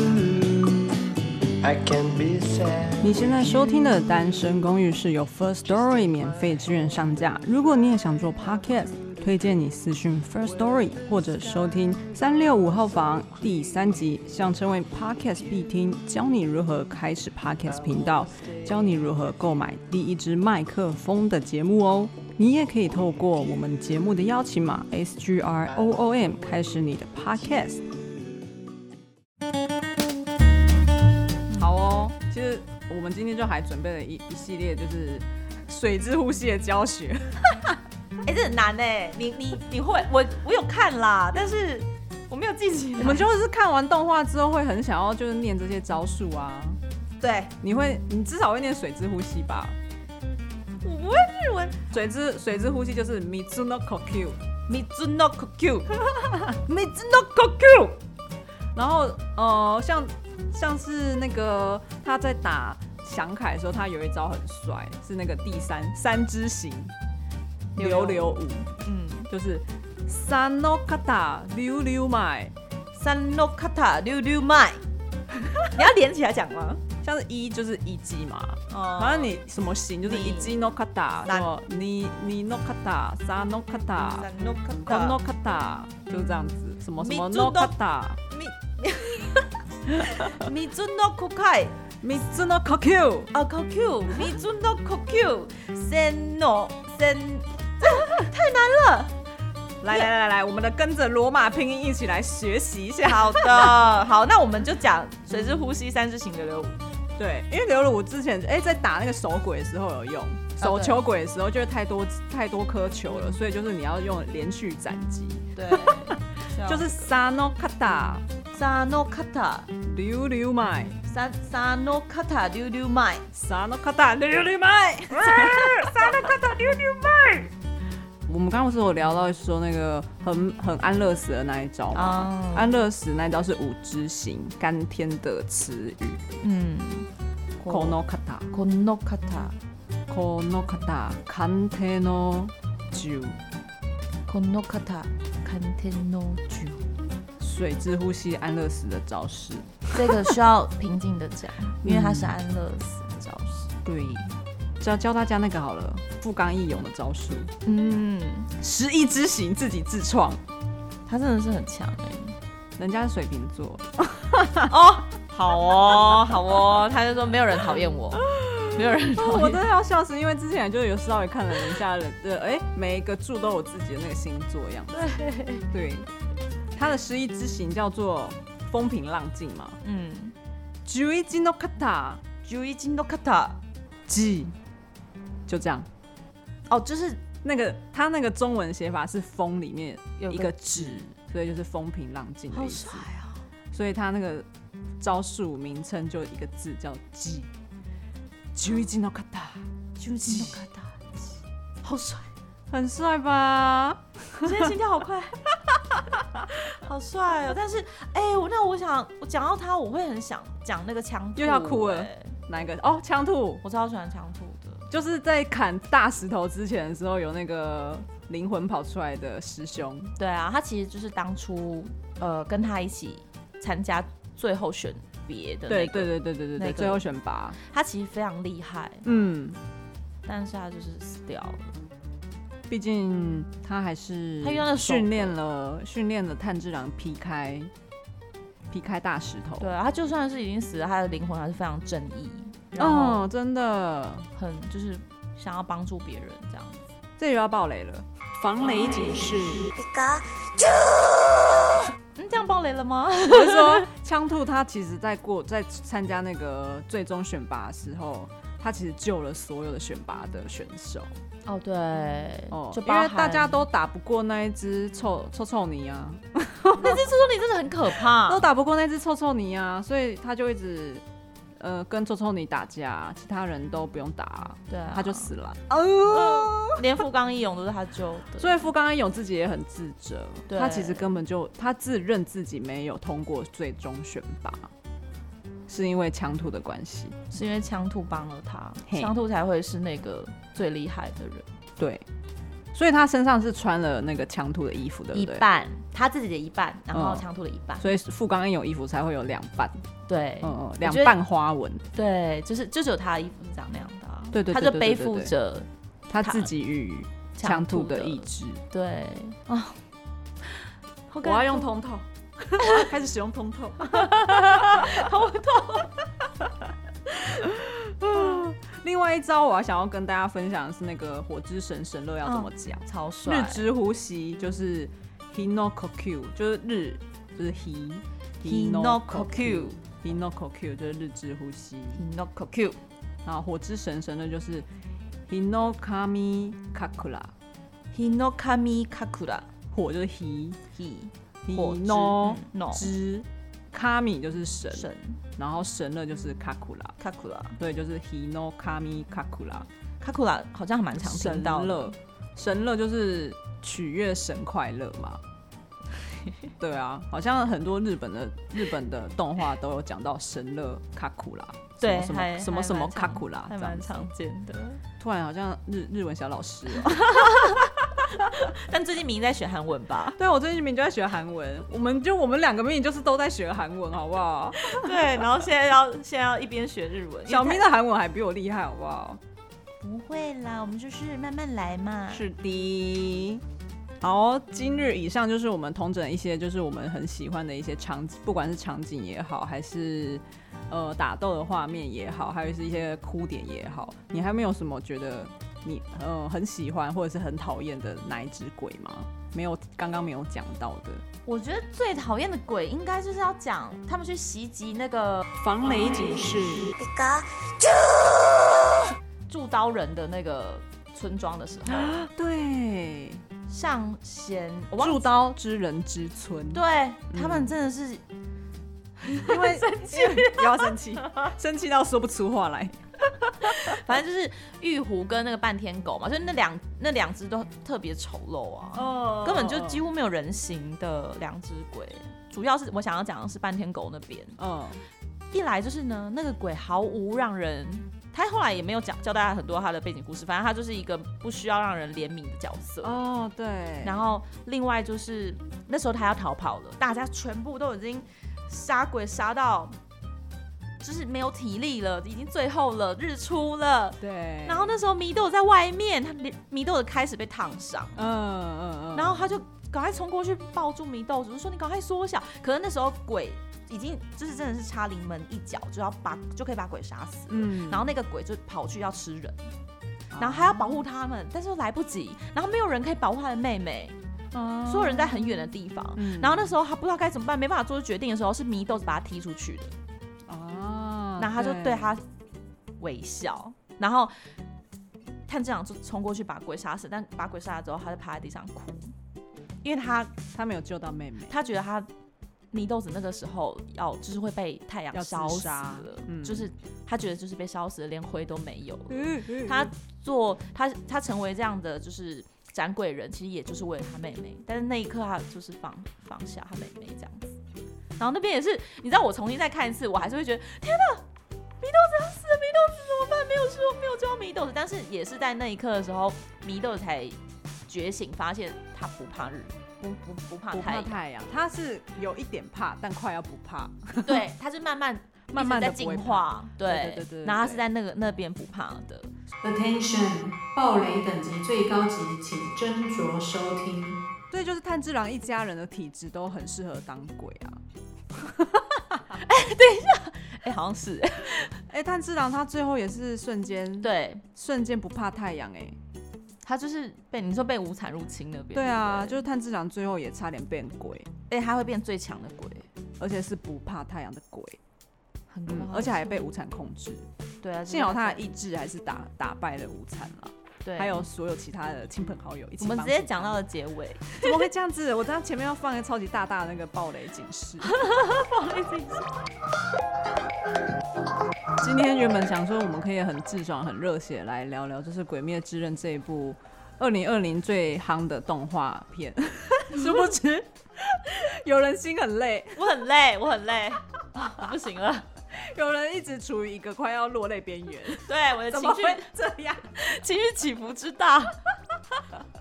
Speaker 8: I can be sad.
Speaker 1: 你现在收听的《单身公寓》是由 First Story 免费志愿上架。如果你也想做 Podcast，推荐你私讯 First Story 或者收听三六五号房第三集，想成为 Podcast 必听，教你如何开始 Podcast 频道，教你如何购买第一支麦克风的节目哦。你也可以透过我们节目的邀请码 S G R O O M 开始你的 Podcast。好哦，其实我们今天就还准备了一一系列就是水之呼吸的教学。
Speaker 2: 哎、这很难哎、你你你会，我我有看啦，但是我没有记起来。
Speaker 1: 我们就是看完动画之后会很想要就是念这些招数啊。
Speaker 2: 对，
Speaker 1: 你会，你至少会念水之呼吸吧？
Speaker 2: 我不会日文。
Speaker 1: 水之水之呼吸就是 Mizuno Kokyu。
Speaker 2: Mizuno Q，
Speaker 1: Mizuno Kokyu。然后呃，像像是那个他在打翔凯的时候，他有一招很帅，是那个第三三之行
Speaker 2: 溜
Speaker 1: 溜
Speaker 2: 溜
Speaker 1: 溜舞，
Speaker 2: 嗯
Speaker 1: 就是三 a 卡塔溜溜麦，
Speaker 2: ，Sano Kata 溜溜 麦，你要连起来讲吗？
Speaker 1: 像是一就是一击嘛，
Speaker 2: 哦
Speaker 1: 反正你什么行就是
Speaker 2: 你
Speaker 1: 一击 no 卡塔，
Speaker 2: 三
Speaker 1: 什么你你 no 卡塔，三 no 卡塔。
Speaker 2: Sano Kata
Speaker 1: k o no kata 就是这样子，什么什么 no
Speaker 2: Mitsuno-
Speaker 1: kata
Speaker 2: Mi Mizuno Kokai
Speaker 1: mizuno kokyu，
Speaker 2: 啊，Kokyu Mizuno Kokyu Seno Sen
Speaker 1: 来来来来，我们的跟着罗马拼音一起来学习一下。
Speaker 2: 好的，好，那我们就讲水之呼吸三之型的流舞。
Speaker 1: 对，因为刘鲁之前哎、在打那个手鬼的时候有用，手球鬼的时候就是太多太多颗球了，所以就是你要用连续斩击，
Speaker 2: 对，
Speaker 1: 就是 sano kata
Speaker 2: Sano Kata
Speaker 1: 溜溜麦
Speaker 2: Sa Sano Kata 溜溜麦。
Speaker 1: ，sano kata 溜溜麦，sano kata 溜溜麦。我们刚刚不是有聊到说那个很很安乐死的那一招吗？
Speaker 2: 啊，
Speaker 1: 安乐死那一招是五之行甘天的词语
Speaker 2: 嗯
Speaker 1: kono kata。
Speaker 2: Kono Kata
Speaker 1: この方、鑑定の哦酒，
Speaker 2: Kono Kata Kanten no Ju，
Speaker 1: 水之呼吸安乐死的招式。
Speaker 2: 这个需要平静的讲，因为它是安乐死的招式。
Speaker 1: 对，教教大家那个好了，富冈义勇的招数，
Speaker 2: 嗯，
Speaker 1: 十一之行自己自创，
Speaker 2: 他真的是很强哎、
Speaker 1: 人家是水瓶座，
Speaker 2: 哦，好哦，好哦，他就说没有人讨厌 我，没有人讨
Speaker 1: 我
Speaker 2: 厌
Speaker 1: 真的要笑死，因为之前就有稍微看了人家的，呃，哎、每一个柱都有自己的那个星座样子。对，他的十一之行叫做风平浪静嘛，
Speaker 2: 嗯，
Speaker 1: 十一の方，
Speaker 2: 九一金都卡塔，
Speaker 1: ji，就这样。
Speaker 2: 哦，就是
Speaker 1: 那个它那个中文写法是风里面
Speaker 2: 有
Speaker 1: 一
Speaker 2: 个
Speaker 1: 个止，所以就是风平浪静的意思。
Speaker 2: 啊！
Speaker 1: 所以它那个招数名称就一个字叫“寂”。十一の方，
Speaker 2: 九一金都卡塔，好 帅！
Speaker 1: 很帅吧？
Speaker 2: 我现在心跳好快， 好帅哦！但是，哎、我那我想，我讲到他，我会很想讲那个枪，哎
Speaker 1: 又要哭了哪一个？哦，枪兔，
Speaker 2: 我超喜欢枪兔的，
Speaker 1: 就是在砍大石头之前的时候，有那个灵魂跑出来的师兄。
Speaker 2: 对啊，他其实就是当初呃跟他一起参加最后选别的那
Speaker 1: 对
Speaker 2: 个，
Speaker 1: 对对对对对
Speaker 2: 那
Speaker 1: 对，
Speaker 2: 个
Speaker 1: 最后选拔。
Speaker 2: 他其实非常厉害，
Speaker 1: 嗯，
Speaker 2: 但是他就是死掉了。
Speaker 1: 毕竟他还是
Speaker 2: 他用那个手
Speaker 1: 训练了训练了炭治郎劈开劈开大石头。
Speaker 2: 对，啊，他就算是已经死了，他的灵魂还是非常正义，然后
Speaker 1: 嗯，真的，
Speaker 2: 很就是想要帮助别人这样。
Speaker 1: 这又要爆雷了。防雷警示，
Speaker 2: 哦 嗯，这样爆雷了吗？
Speaker 1: 就是说枪兔他其实在过在参加那个最终选拔的时候，他其实救了所有的选拔的选手
Speaker 2: 哦，对，
Speaker 1: 哦，
Speaker 2: 就
Speaker 1: 因
Speaker 2: 包
Speaker 1: 为大家
Speaker 2: 含
Speaker 1: 都打不过那一只臭臭臭泥啊，
Speaker 2: 那只说你真的很可 怕，
Speaker 1: 都打不过那只臭臭泥啊，所以他就一直呃跟臭臭泥打架，其他人都不用打啊、
Speaker 2: 对啊，哦
Speaker 1: 他就死了。
Speaker 2: 连富冈义勇都是他救 的，
Speaker 1: 所以傅刚刚勇自己也很自责，
Speaker 2: 对
Speaker 1: 他其实根本就他自认自己没有通过最终选拔，是因为强徒的关系。
Speaker 2: 是因为枪兔帮了他，
Speaker 1: 嘿
Speaker 2: 枪兔才会是那个最厉害的人。
Speaker 1: 对，所以他身上是穿了那个强徒的衣服，对不
Speaker 2: 一
Speaker 1: 对？
Speaker 2: 半他自己的一半，然后
Speaker 1: 嗯
Speaker 2: 枪兔的一半，
Speaker 1: 所以傅刚刚勇衣服才会有两半，
Speaker 2: 对
Speaker 1: 嗯嗯，
Speaker 2: 觉
Speaker 1: 两
Speaker 2: 得
Speaker 1: 半花纹，
Speaker 2: 对，就是就只有他的衣服是长那样的啊，
Speaker 1: 对对对
Speaker 2: 他
Speaker 1: 对
Speaker 2: 就
Speaker 1: 对
Speaker 2: 背
Speaker 1: 对
Speaker 2: 负
Speaker 1: 对
Speaker 2: 着
Speaker 1: 他自己与强徒的意志。
Speaker 2: 对啊，好
Speaker 1: 我
Speaker 2: 感
Speaker 1: 要用
Speaker 2: 动
Speaker 1: 通透， 我要开始使用通 透，通透。另外一招我要想要跟大家分享的是那个火之神神乐要怎么讲。
Speaker 2: 超帅。
Speaker 1: 日之呼吸就是 hinokokyu，就是日就是 he
Speaker 2: hinokokyu
Speaker 1: hinokokyu 就是日之呼吸，
Speaker 2: Hinoko Q，
Speaker 1: 然后火之神神乐就是 hinokami kakura，
Speaker 2: Hinokami Kakura
Speaker 1: 火就是 he
Speaker 2: He 火之
Speaker 1: hino
Speaker 2: 嗯，no
Speaker 1: 之 kami 就是神，
Speaker 2: 神
Speaker 1: 然后神乐就是 kakura，
Speaker 2: Kakura
Speaker 1: 对，就是 hinokami kakura。
Speaker 2: Kakura 好像还蛮常听
Speaker 1: 神
Speaker 2: 到的。
Speaker 1: 乐，神乐就是取悦神快乐 嘛。对啊，好像很多日本的日本的动画都有讲到神乐卡库拉，
Speaker 2: 对，
Speaker 1: 什
Speaker 2: 还
Speaker 1: 么什么什么卡库拉
Speaker 2: 还
Speaker 1: 这
Speaker 2: 蛮
Speaker 1: 样子。
Speaker 2: 常见的。
Speaker 1: 突然好像日日文小老师哦、？
Speaker 2: 但最近明明在学韩文吧
Speaker 1: 对我最近明明就在学韩文，我们就我们两个明明就是都在学韩文，好不好？
Speaker 2: 对，然后现在要现在要一边学日文。
Speaker 1: 小
Speaker 2: 因为
Speaker 1: 咪
Speaker 2: 他
Speaker 1: 的韩文还比我厉害，好不好？
Speaker 2: 不会啦，我们就是慢慢来嘛。
Speaker 1: 是的。好哦、今日以上就是我们同整一些，就是我们很喜欢的一些场景，不管是场景也好，还是呃打斗的画面也好，还有是一些哭点也好，你还没有什么觉得你呃很喜欢或者是很讨厌的哪一只鬼吗？没有，刚刚没有讲到的
Speaker 2: 我觉得最讨厌的鬼应该就是要讲他们去袭击那个
Speaker 1: 防雷警示，
Speaker 2: 铸刀人的那个村庄的时 候，
Speaker 1: 对，
Speaker 2: 上弦我忘
Speaker 1: 铸
Speaker 2: 了，
Speaker 1: 刀之人之村，
Speaker 2: 对他们真的是
Speaker 1: 因为生气，不要生气，生气到说不出话来。
Speaker 2: 反正就是玉狐跟那个半天狗嘛，就是那两那两只都特别丑陋啊，
Speaker 1: 哦
Speaker 2: 根本就几
Speaker 1: 乎，
Speaker 2: 乎没有人形的两只鬼。主要是我想要讲的是半天狗那边，
Speaker 1: 嗯。
Speaker 2: 一来就是呢，那个鬼毫无让人，他后来也没有讲教大家很多他的背景故事，反正他就是一个不需要让人怜悯的角色。
Speaker 1: 哦，对，
Speaker 2: 然后另外就是那时候他要逃跑了，大家全部都已经杀鬼杀到，就是没有体力了，已经最后了，日出了，
Speaker 1: 对，
Speaker 2: 然后那时候祢豆在外面，他连祢豆的开始被烫伤，
Speaker 1: 嗯嗯嗯，
Speaker 2: 然后他就赶快冲过去抱住祢豆，只是说你赶快缩小。可是那时候鬼已经就是真的是差临门一脚，就要把就可以把鬼杀死。
Speaker 1: 嗯啊哦
Speaker 2: 然后那个鬼就跑去要吃人，然后还要保护他们，但是又来不及，然后没有人可以保护他的妹妹，
Speaker 1: 后
Speaker 2: 所有人在很远的地方。
Speaker 1: 嗯
Speaker 2: 然后那时候他不知道该怎么办，没办法做出决定的时候，是祢豆子把他踢出去的。
Speaker 1: 啊，
Speaker 2: 然后他就对他微笑，然后探长就冲过去把鬼杀死，但把鬼杀了之后，他就趴在地上哭，因为他
Speaker 1: 他没有救到妹妹，
Speaker 2: 他觉得他泥豆子那个时候要就是会被太
Speaker 1: 要
Speaker 2: 阳
Speaker 1: 自
Speaker 2: 烧死
Speaker 1: 杀
Speaker 2: 了，
Speaker 1: 嗯
Speaker 2: 就是他觉得就是被烧死了，连灰都没有了。
Speaker 1: 嗯
Speaker 2: 他做他他成为这样的就是斩鬼人，其实也就是为了他妹妹。但是那一刻他就是放放下他妹妹这样子。然后那边也是，你知道我重新再看一次，我还是会觉得天哪，祢豆子要死了，祢豆子怎么办？没有说没有救到祢豆子，但是也是在那一刻的时候，祢豆子才觉醒，发现他不怕日，不不不怕
Speaker 1: 不怕
Speaker 2: 太阳，
Speaker 1: 太阳，他是有一点怕，但快要不怕，
Speaker 2: 对，他是慢慢。
Speaker 1: 慢慢地
Speaker 2: 一直在
Speaker 1: 不会
Speaker 2: 进化，
Speaker 1: 对对对对
Speaker 2: 然后他
Speaker 1: 对
Speaker 2: 是在那个那边不怕的，
Speaker 9: Attention，暴雷等级最高级，请斟酌收听。
Speaker 1: 对，就是炭治郎一家人的体质都很适合当鬼啊。
Speaker 2: 哎、好像是，
Speaker 1: 哎，炭治郎他最后也是瞬间，，
Speaker 2: 对，
Speaker 1: 瞬间不怕太阳，哎，
Speaker 2: 他就是被你说被无产入侵那边。
Speaker 1: 对啊，
Speaker 2: 不
Speaker 1: 就是炭治郎最后也差点变鬼，
Speaker 2: 哎、他会变最强的鬼，
Speaker 1: 而且是不怕太阳的鬼，
Speaker 2: 很可
Speaker 1: 嗯，
Speaker 2: 怕，
Speaker 1: 而且还被无惨控制，
Speaker 2: 对啊，
Speaker 1: 幸好他的意志还是打打败了无惨了。
Speaker 2: 对，
Speaker 1: 还有所有其他的亲朋好友一起
Speaker 2: 我
Speaker 1: 帮助
Speaker 2: 们
Speaker 1: 他。
Speaker 2: 直接讲到了结尾，
Speaker 1: 怎么会这样子？我刚前面要放一个超级大大的那个暴雷警 示。 今天原本想说我们可以很自爽、很热血来聊聊，就是《鬼灭之刃》这一部二零二零最夯的动画片， 殊不知 有人心很累，
Speaker 2: 我很累，我很累， 我不行了，
Speaker 1: 有人一直处于一个快要落泪边缘，
Speaker 2: 对我的
Speaker 1: 怎
Speaker 2: 情
Speaker 1: 么
Speaker 2: 绪
Speaker 1: 会这样？
Speaker 2: 情绪起伏之大。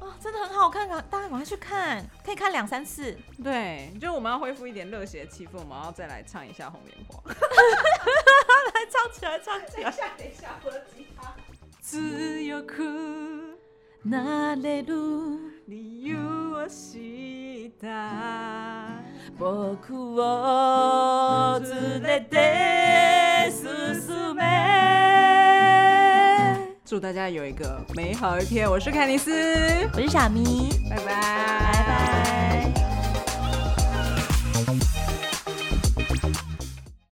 Speaker 2: 哦，真的很好看，赶大家赶快去看，可以看两三次。
Speaker 1: 对，就我们要恢复一点热血的气氛，我们要再来唱一下《红莲花》。
Speaker 2: 来唱起来，唱起来。
Speaker 1: 強く
Speaker 2: なれる
Speaker 1: 理由を知った
Speaker 2: 僕を連れて進め
Speaker 1: 祝大家有一个美好一天。我是凯尼斯，
Speaker 2: 我是傻咪，
Speaker 1: 拜拜，
Speaker 2: 拜拜。